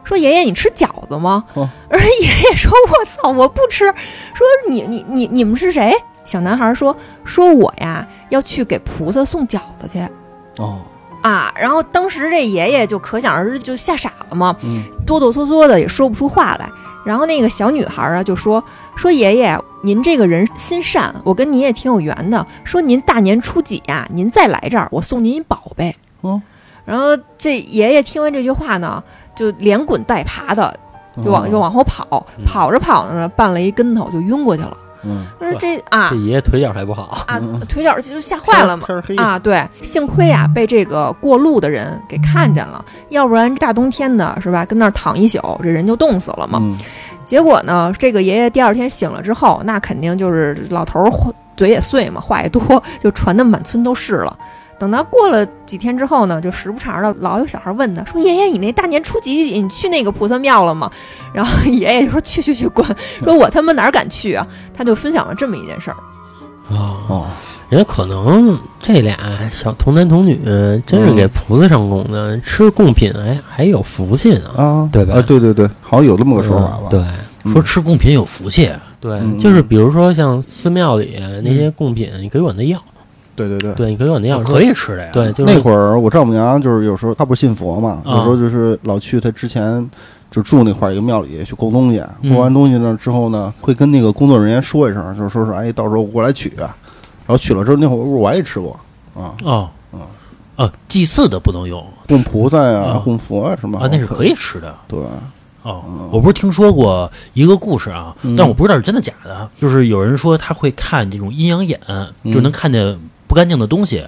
Speaker 4: 说：“爷爷，你吃饺子吗？”
Speaker 3: 哦
Speaker 4: 而爷爷说：“我操，我不吃。”说你你你你们是谁？小男孩说：“说我呀要去给菩萨送饺子去
Speaker 3: 哦
Speaker 4: 啊。”然后当时这爷爷就可想而知就吓傻了嘛，
Speaker 3: 嗯
Speaker 4: 哆哆嗦嗦的也说不出话来。然后那个小女孩啊就说说爷爷，您这个人心善，我跟您也挺有缘的。说您大年初几呀、您再来这儿，我送您一宝贝。
Speaker 3: 哦，
Speaker 4: 然后这爷爷听完这句话呢，就连滚带爬的就往就往后跑，
Speaker 1: 嗯
Speaker 4: 跑着跑着呢，绊了一跟头就晕过去了。
Speaker 3: 嗯
Speaker 4: 但是这啊
Speaker 1: 这爷爷腿脚还不好，
Speaker 4: 啊
Speaker 3: 嗯，
Speaker 4: 腿脚就吓坏了嘛。
Speaker 3: 天儿黑
Speaker 4: 啊，对，幸亏啊被这个过路的人给看见了，要不然大冬天的是吧，跟那儿躺一宿，这人就冻死了嘛。
Speaker 3: 嗯
Speaker 4: 结果呢，这个爷爷第二天醒了之后，那肯定就是老头儿话嘴也碎嘛，话也多，就传得满村都是了。等到过了几天之后呢，就时不常的老有小孩问他说：“爷爷，你那大年初几几你去那个菩萨庙了吗？” 然后爷爷就说：“去去去，滚！说我他妈哪儿敢去啊！”他就分享了这么一件事儿。
Speaker 1: 啊
Speaker 3: 哦，
Speaker 1: 人家可能这俩小童男童女真是给
Speaker 3: 嗯
Speaker 1: 菩萨上供的，吃贡品哎还有福气呢，
Speaker 3: 啊，
Speaker 1: 对吧
Speaker 3: 啊，对对对，好像有这么个说法吧？
Speaker 1: 嗯对。
Speaker 3: 嗯
Speaker 2: 说吃贡品有福气，
Speaker 1: 对，
Speaker 3: 嗯
Speaker 1: 就是比如说像寺庙里那些贡品，你可以管他要，
Speaker 3: 对对对。
Speaker 1: 对，你可以管他要，
Speaker 2: 可以吃的呀。
Speaker 1: 说，对，就是
Speaker 3: 啊那会儿我丈母娘就是有时候她不信佛嘛，有
Speaker 2: 啊
Speaker 3: 时候就是老去她之前就住那块儿一个庙里去购东西，
Speaker 2: 嗯
Speaker 3: 购完东西呢之后呢，会跟那个工作人员说一声，就是说是哎，到时候我过来取啊。然后取了之后，那会儿我也吃过啊，
Speaker 2: 哦
Speaker 3: 嗯，
Speaker 2: 哦，祭祀的不能用
Speaker 3: 供菩萨呀、
Speaker 2: 啊
Speaker 3: 供佛啊什么
Speaker 1: 哦
Speaker 2: 啊，那是可
Speaker 3: 以。
Speaker 2: 以吃的。
Speaker 3: 对，
Speaker 2: 哦
Speaker 3: 嗯，
Speaker 2: 我不是听说过一个故事啊
Speaker 3: 嗯，
Speaker 2: 但我不知道是真的假的。就是有人说他会看这种阴阳眼，
Speaker 3: 嗯
Speaker 2: 就能看见不干净的东西。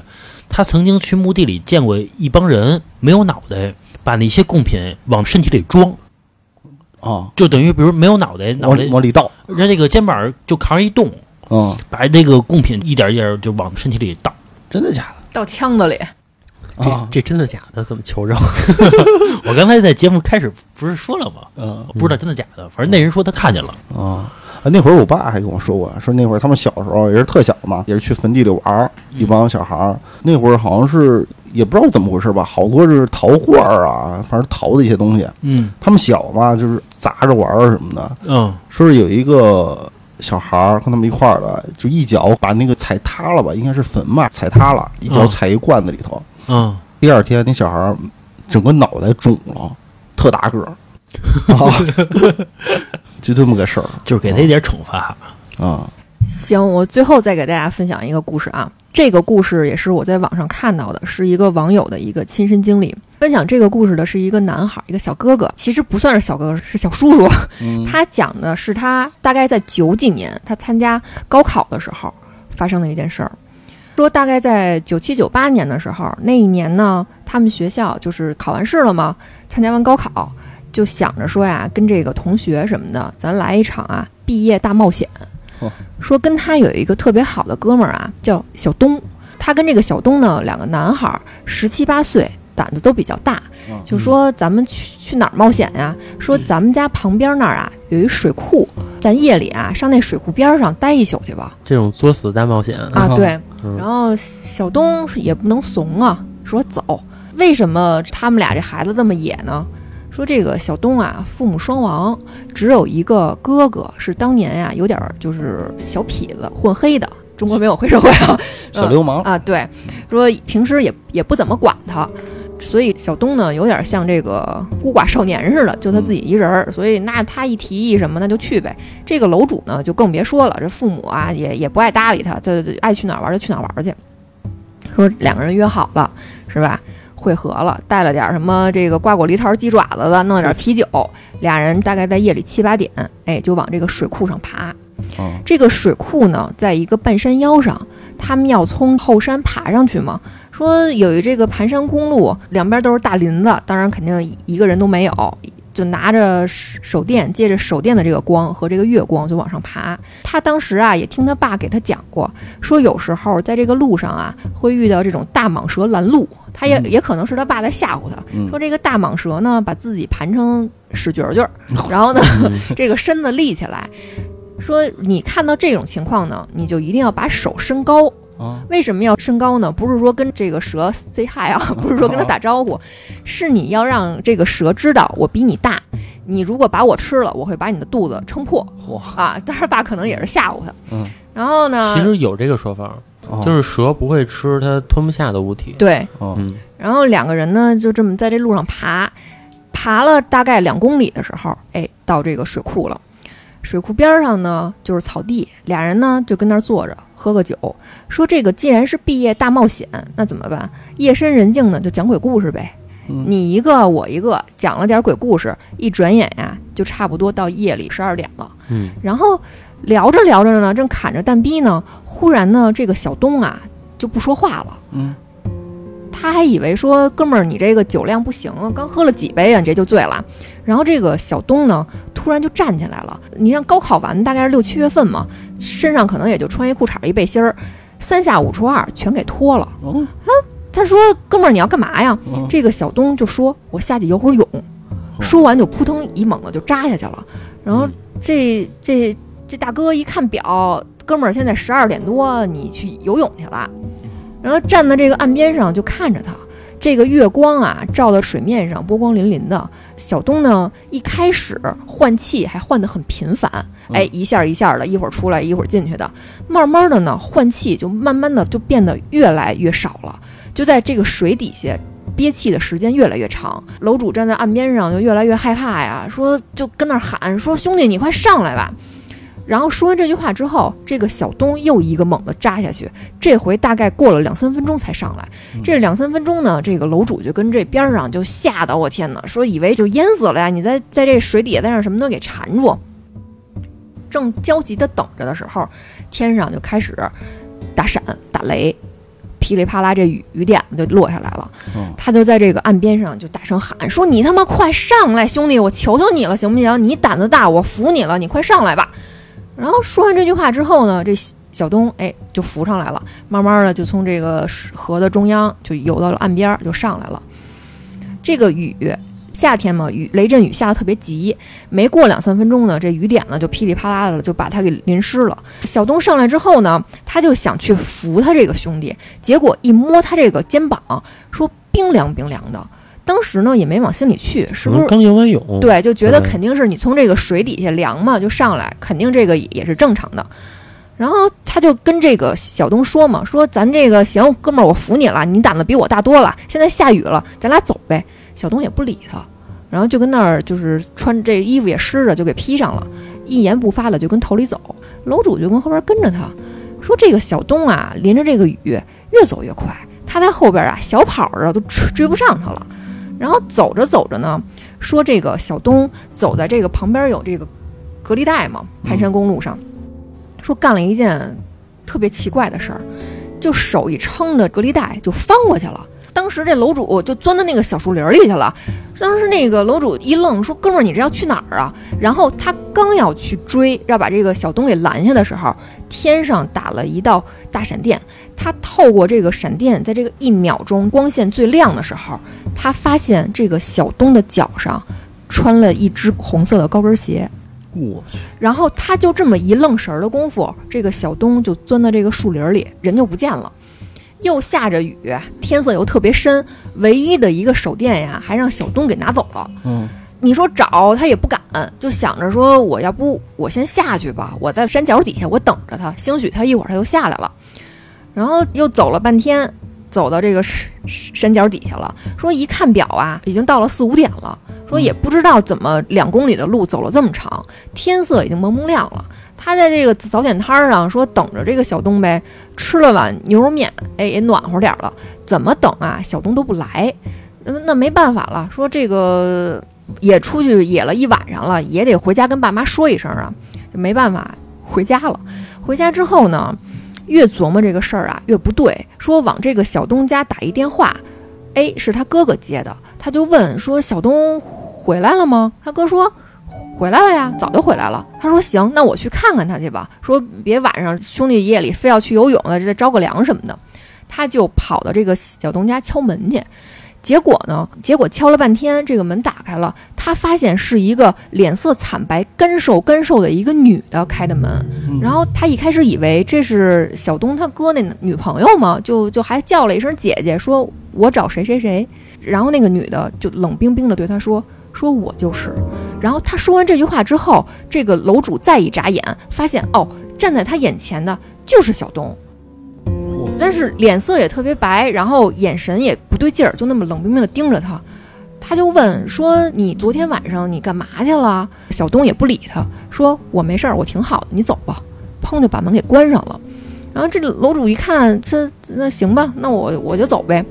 Speaker 2: 他曾经去墓地里见过一帮人没有脑袋，把那些贡品往身体里装，
Speaker 3: 啊，
Speaker 2: 哦就等于比如没有脑袋，脑
Speaker 3: 往
Speaker 2: 袋
Speaker 3: 往里倒
Speaker 2: 人家这个肩膀就扛一洞，
Speaker 3: 啊嗯，
Speaker 2: 把这个贡品一点一点就往身体里倒。
Speaker 3: 真的假
Speaker 4: 到腔子里，
Speaker 3: 的啊？
Speaker 1: 这真的假的？怎么求证？
Speaker 2: 我刚才在节目开始不是说了吗？
Speaker 3: 嗯
Speaker 2: 我不知道真的假的，反正那人说他看见了。
Speaker 3: 啊。啊，那会儿我爸还跟我说过，说那会儿他们小时候也是特小嘛，也是去坟地里玩儿，一帮小孩儿。那会儿好像是也不知道怎么回事吧，好多是陶罐儿啊，反正陶的一些东西。
Speaker 2: 嗯
Speaker 3: 他们小嘛，就是砸着玩儿什么的。
Speaker 2: 嗯，
Speaker 3: 说是有一个小孩儿跟他们一块儿的，就一脚把那个踩塌了吧，应该是坟吧，踩塌了，一脚
Speaker 2: 嗯
Speaker 3: 踩一罐子里头。
Speaker 2: 嗯，
Speaker 3: 第二天那小孩儿整个脑袋肿了，特大个儿，啊、 就这么个事儿
Speaker 2: 就是给他一点惩罚。
Speaker 3: 啊。
Speaker 4: 行，我最后再给大家分享一个故事啊。这个故事也是我在网上看到的，是一个网友的一个亲身经历。分享这个故事的是一个男孩，一个小哥哥，其实不算是小哥哥，是小叔叔。
Speaker 3: 嗯
Speaker 4: 他讲的是他大概在九几年，他参加高考的时候发生的一件事儿。说大概在九七九八年的时候，那一年呢，他们学校就是考完试了嘛，参加完高考，就想着说呀，跟这个同学什么的，咱来一场啊毕业大冒险
Speaker 3: 哦。
Speaker 4: 说跟他有一个特别好的哥们儿啊，叫小东。他跟这个小东呢，两个男孩儿，十七八岁，胆子都比较大
Speaker 3: 嗯，
Speaker 4: 就说咱们去去哪儿冒险呀？说咱们家旁边那儿啊有一水库，咱夜里啊上那水库边儿上待一宿去吧。
Speaker 1: 这种作死大冒险
Speaker 4: 啊，
Speaker 3: 嗯
Speaker 4: 对。
Speaker 1: 嗯
Speaker 4: 然后小东是也不能怂啊，说走。为什么他们俩这孩子这么野呢？说这个小东啊，父母双亡，只有一个哥哥是当年呀、有点儿就是小痞子混黑的，中国没有黑社会啊，
Speaker 3: 小流氓，
Speaker 4: 啊，对，说平时也也不怎么管他，所以小东呢有点像这个孤寡少年似的，就他自己一人儿，所以那他一提议什么那就去呗。这个楼主呢就更别说了，这父母啊也也不爱搭理他，就就爱去哪儿玩儿就去哪儿玩儿去。说两个人约好了，是吧？会合了，带了点儿什么这个瓜果梨桃鸡爪子的，弄了点儿啤酒，俩人大概在夜里七八点，哎，就往这个水库上爬。
Speaker 3: 嗯
Speaker 4: 这个水库呢，在一个半山腰上，他们要从后山爬上去嘛。说有一这个盘山公路，两边都是大林子，当然肯定一个人都没有，就拿着手手电，借着手电的这个光和这个月光就往上爬。他当时啊，也听他爸给他讲过，说有时候在这个路上啊，会遇到这种大蟒蛇拦路，他也
Speaker 3: 嗯
Speaker 4: 也可能是他爸在吓唬他，
Speaker 3: 嗯
Speaker 4: 说这个大蟒蛇呢，把自己盘成屎撅撅，然后呢， 这个身子立起来。说你看到这种情况呢，你就一定要把手伸高。
Speaker 3: 啊
Speaker 4: 为什么要伸高呢？不是说跟这个蛇 say hi 啊，不是说跟它打招呼，是你要让这个蛇知道我比你大。你如果把我吃了，我会把你的肚子撑破
Speaker 3: 嚯
Speaker 4: 啊！当然，爸可能也是吓唬他。
Speaker 3: 嗯，
Speaker 4: 然后呢？
Speaker 1: 其实有这个说法，
Speaker 3: 啊
Speaker 1: 就是蛇不会吃它吞不下的物体。
Speaker 4: 对，
Speaker 3: 啊
Speaker 1: 嗯，
Speaker 4: 然后两个人呢就这么在这路上爬，爬了大概两公里的时候，哎，到这个水库了。水库边上呢就是草地，俩人呢就跟那儿坐着喝个酒，说这个既然是毕业大冒险，那怎么办？夜深人静呢就讲鬼故事呗，
Speaker 3: 嗯
Speaker 4: 你一个我一个讲了点鬼故事，一转眼呀、就差不多到夜里十二点了。
Speaker 1: 嗯，
Speaker 4: 然后聊着聊着呢，正砍着蛋逼呢，忽然呢这个小东啊就不说话了。
Speaker 3: 嗯
Speaker 4: 他还以为说哥们儿你这个酒量不行啊，刚喝了几杯啊，你这就醉了。然后这个小东呢，突然就站起来了。你像高考完大概是六七月份嘛，身上可能也就穿一裤衩一背心儿，三下五除二全给脱了。
Speaker 3: 哦
Speaker 4: 他说：“哥们儿，你要干嘛呀？”
Speaker 3: 嗯
Speaker 4: 这个小东就说：“我下去游会儿泳。”说完就扑腾一猛子就扎下去了。然后这这这大哥一看表，哥们儿现在十二点多，你去游泳去了。然后站在这个岸边上就看着他，这个月光啊照到水面上，波光粼粼的。小东呢，一开始换气还换得很频繁，
Speaker 3: 嗯
Speaker 4: 哎，一下一下的，一会儿出来，一会儿进去的。慢慢的呢，换气就慢慢的就变得越来越少了，就在这个水底下憋气的时间越来越长。楼主站在岸边上就越来越害怕呀，说就跟那儿喊说：“兄弟，你快上来吧！”然后说完这句话之后，这个小东又一个猛地扎下去，这回大概过了两三分钟才上来。这两三分钟呢，这个楼主就跟这边儿上就吓到，我天哪，说以为就淹死了呀！你在在这水底下再让什么都给缠住。正焦急的等着的时候，天上就开始打闪打雷，噼里啪啦，这雨雨点子就落下来了。
Speaker 3: 嗯
Speaker 4: 他就在这个岸边上就大声喊说：“你他妈快上来，兄弟，我求求你了，行不行？你胆子大，我服你了，你快上来吧。”然后说完这句话之后呢，这小东哎就浮上来了，慢慢的就从这个水河的中央就游到了岸边儿，就上来了。这个雨，夏天嘛，雨雷阵雨下的特别急，没过两三分钟呢，这雨点呢就噼里啪啦的就把他给淋湿了。小东上来之后呢，他就想去扶他这个兄弟，结果一摸他这个肩膀，说冰凉冰凉的。当时呢也没往心里去，是
Speaker 1: 可
Speaker 4: 不
Speaker 1: 能
Speaker 4: 是
Speaker 1: 刚游完
Speaker 2: 哦
Speaker 1: 泳，，
Speaker 4: 对，就觉得
Speaker 1: 嗯
Speaker 4: 肯定是你从这个水底下凉嘛，就上来，肯定这个也是正常的。然后他就跟这个小东说嘛，说咱这个行，哥们儿，我服你了，你胆子比我大多了。现在下雨了，咱俩走呗。小东也不理他，然后就跟那儿就是穿这衣服也湿着，就给披上了，一言不发的就跟头里走。楼主就跟后边跟着他，说这个小东啊，淋着这个雨越走越快，他在后边啊小跑着都追追不上他了。然后走着走着呢，说这个小东走在这个旁边有这个隔离带嘛，盘山公路上，说干了一件特别奇怪的事儿，就手一撑着隔离带就翻过去了。当时这楼主就钻到那个小树林里去了。当时那个楼主一愣，说：“哥们儿，你这要去哪儿啊？”然后他刚要去追，要把这个小东给拦下的时候，天上打了一道大闪电。他透过这个闪电，在这个一秒钟光线最亮的时候，他发现这个小东的脚上穿了一只红色的高跟鞋，
Speaker 3: 我去，
Speaker 4: 然后他就这么一愣神儿的功夫，这个小东就钻到这个树林里，人就不见了。又下着雨，天色又特别深，唯一的一个手电呀，还让小东给拿走了。
Speaker 3: 嗯，
Speaker 4: 你说找他也不敢，就想着说我要不我先下去吧，我在山脚底下我等着他，兴许他一会儿他就下来了。然后又走了半天，走到这个山山脚底下了，说一看表啊，已经到了四五点了，说也不知道怎么两公里的路走了这么长，天色已经蒙蒙亮了。他在这个早点摊儿上说等着这个小东呗，吃了碗牛肉面，哎也暖和点儿了，怎么等啊？小东都不来，那么那没办法了，说这个也出去野了一晚上了，也得回家跟爸妈说一声啊，就没办法回家了。回家之后呢，越琢磨这个事儿啊，越不对，说往这个小东家打一电话，哎，是他哥哥接的，他就问说小东回来了吗？他哥说。回来了呀，早就回来了。他说行，那我去看看他去吧。说别晚上兄弟夜里非要去游泳了，这着个凉什么的。他就跑到这个小东家敲门去，结果呢？结果敲了半天，这个门打开了，他发现是一个脸色惨白、干瘦干瘦的一个女的开的门。然后他一开始以为这是小东他哥那女朋友嘛，就就还叫了一声姐姐，说我找谁谁谁。然后那个女的就冷冰冰的对他说：“说我就是。”然后他说完这句话之后，这个楼主再一眨眼，发现哦，站在他眼前的就是小东。但是脸色也特别白，然后眼神也不对劲儿，就那么冷冰冰的盯着他。他就问说：“你昨天晚上你干嘛去了？”小东也不理他，说：“我没事儿，我挺好的，你走吧。”砰就把门给关上了。然后这楼主一看，这那行吧，那我我就走呗。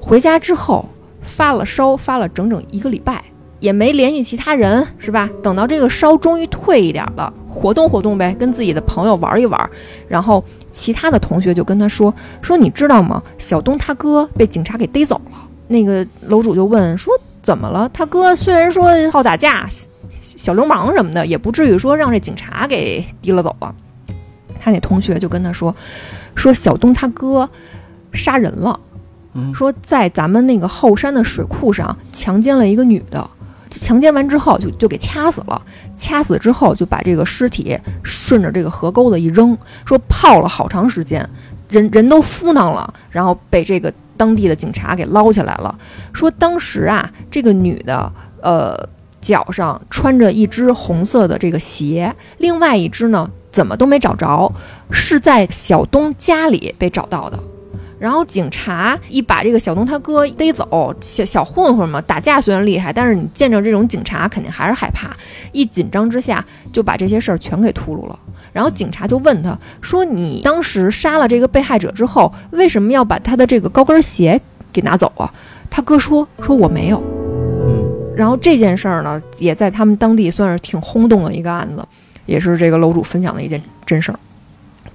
Speaker 4: 回家之后发了烧，发了整整一个礼拜，也没联系其他人，是吧？等到这个烧终于退一点了，活动活动呗，跟自己的朋友玩一玩。然后其他的同学就跟他说：“说你知道吗？小东他哥被警察给逮走了。那个楼主就问说怎么了？他哥虽然说好打架、小小流氓什么的，也不至于说让这警察给提了走了。他那同学就跟他说，说小东他哥杀人了，
Speaker 3: 嗯
Speaker 4: 说在咱们那个后山的水库上强奸了一个女的。强奸完之后就就给掐死了，掐死之后就把这个尸体顺着这个河沟子一扔，说泡了好长时间，人人都敷囊了，然后被这个当地的警察给捞起来了。说当时啊，这个女的，呃，脚上穿着一只红色的这个鞋，另外一只呢，怎么都没找着，是在小东家里被找到的。然后警察一把这个小东他哥逮走，小小混混嘛，打架虽然厉害，但是你见着这种警察肯定还是害怕。一紧张之下就把这些事儿全给秃噜了。然后警察就问他说：“你当时杀了这个被害者之后，为什么要把他的这个高跟鞋给拿走啊？”他哥说说我没有。然后这件事儿呢，也在他们当地算是挺轰动的一个案子，也是这个楼主分享的一件真事儿。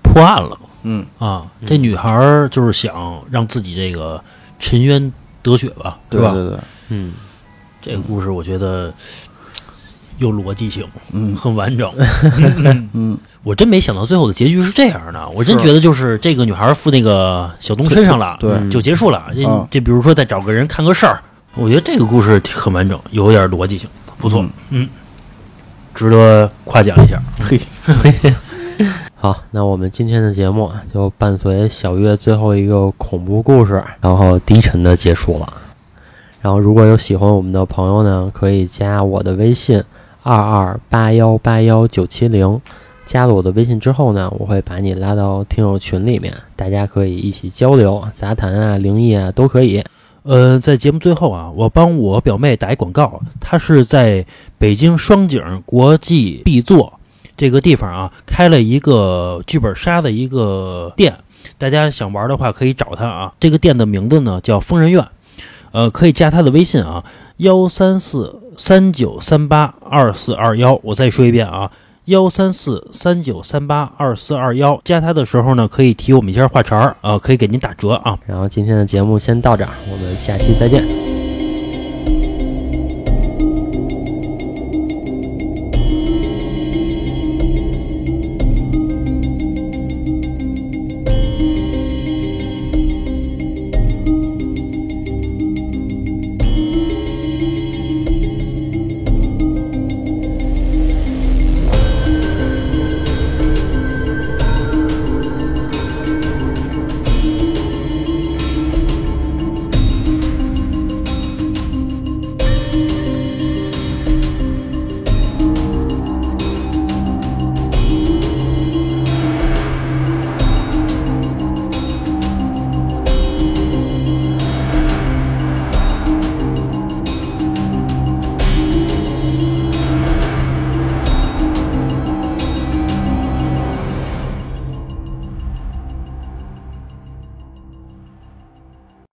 Speaker 2: 破案了
Speaker 3: 嗯，
Speaker 2: 啊！这女孩儿就是想让自己这个沉冤得雪吧，
Speaker 3: 对
Speaker 2: 吧？
Speaker 3: 对对，
Speaker 1: 嗯，
Speaker 2: 这个故事我觉得有逻辑性，
Speaker 3: 嗯
Speaker 2: 很完整。
Speaker 3: 嗯，
Speaker 2: 我真没想到最后的结局是这样的，我真
Speaker 3: 是
Speaker 2: 觉得就是这个女孩附那个小东身上了，
Speaker 3: 对
Speaker 1: 嗯
Speaker 2: 就结束了。这、
Speaker 3: 啊
Speaker 2: 这比如说再找个人看个事儿，我觉得这个故事挺很完整，有点逻辑性，不错，
Speaker 3: 嗯
Speaker 2: 值得夸奖一下。
Speaker 3: 嘿，
Speaker 1: 好，那我们今天的节目就伴随小月最后一个恐怖故事，然后低沉的结束了。然后，如果有喜欢我们的朋友呢，可以加我的微信二二八幺八幺九七零。加了我的微信之后呢，我会把你拉到听友群里面，大家可以一起交流、杂谈啊、灵异啊都可以。
Speaker 2: 呃，在节目最后啊，我帮我表妹打一广告，她是在北京双井国际 B 座这个地方啊，开了一个剧本杀的一个店，大家想玩的话可以找她啊。这个店的名字呢叫疯人院，呃，可以加她的微信啊，幺三四三九三八二四二幺。我再说一遍啊。幺三四三九三八二四二幺，加她的时候呢，可以呃提我们一下话茬儿，啊，可以给您打折啊。
Speaker 1: 然后今天的节目先到这儿，我们下期再见。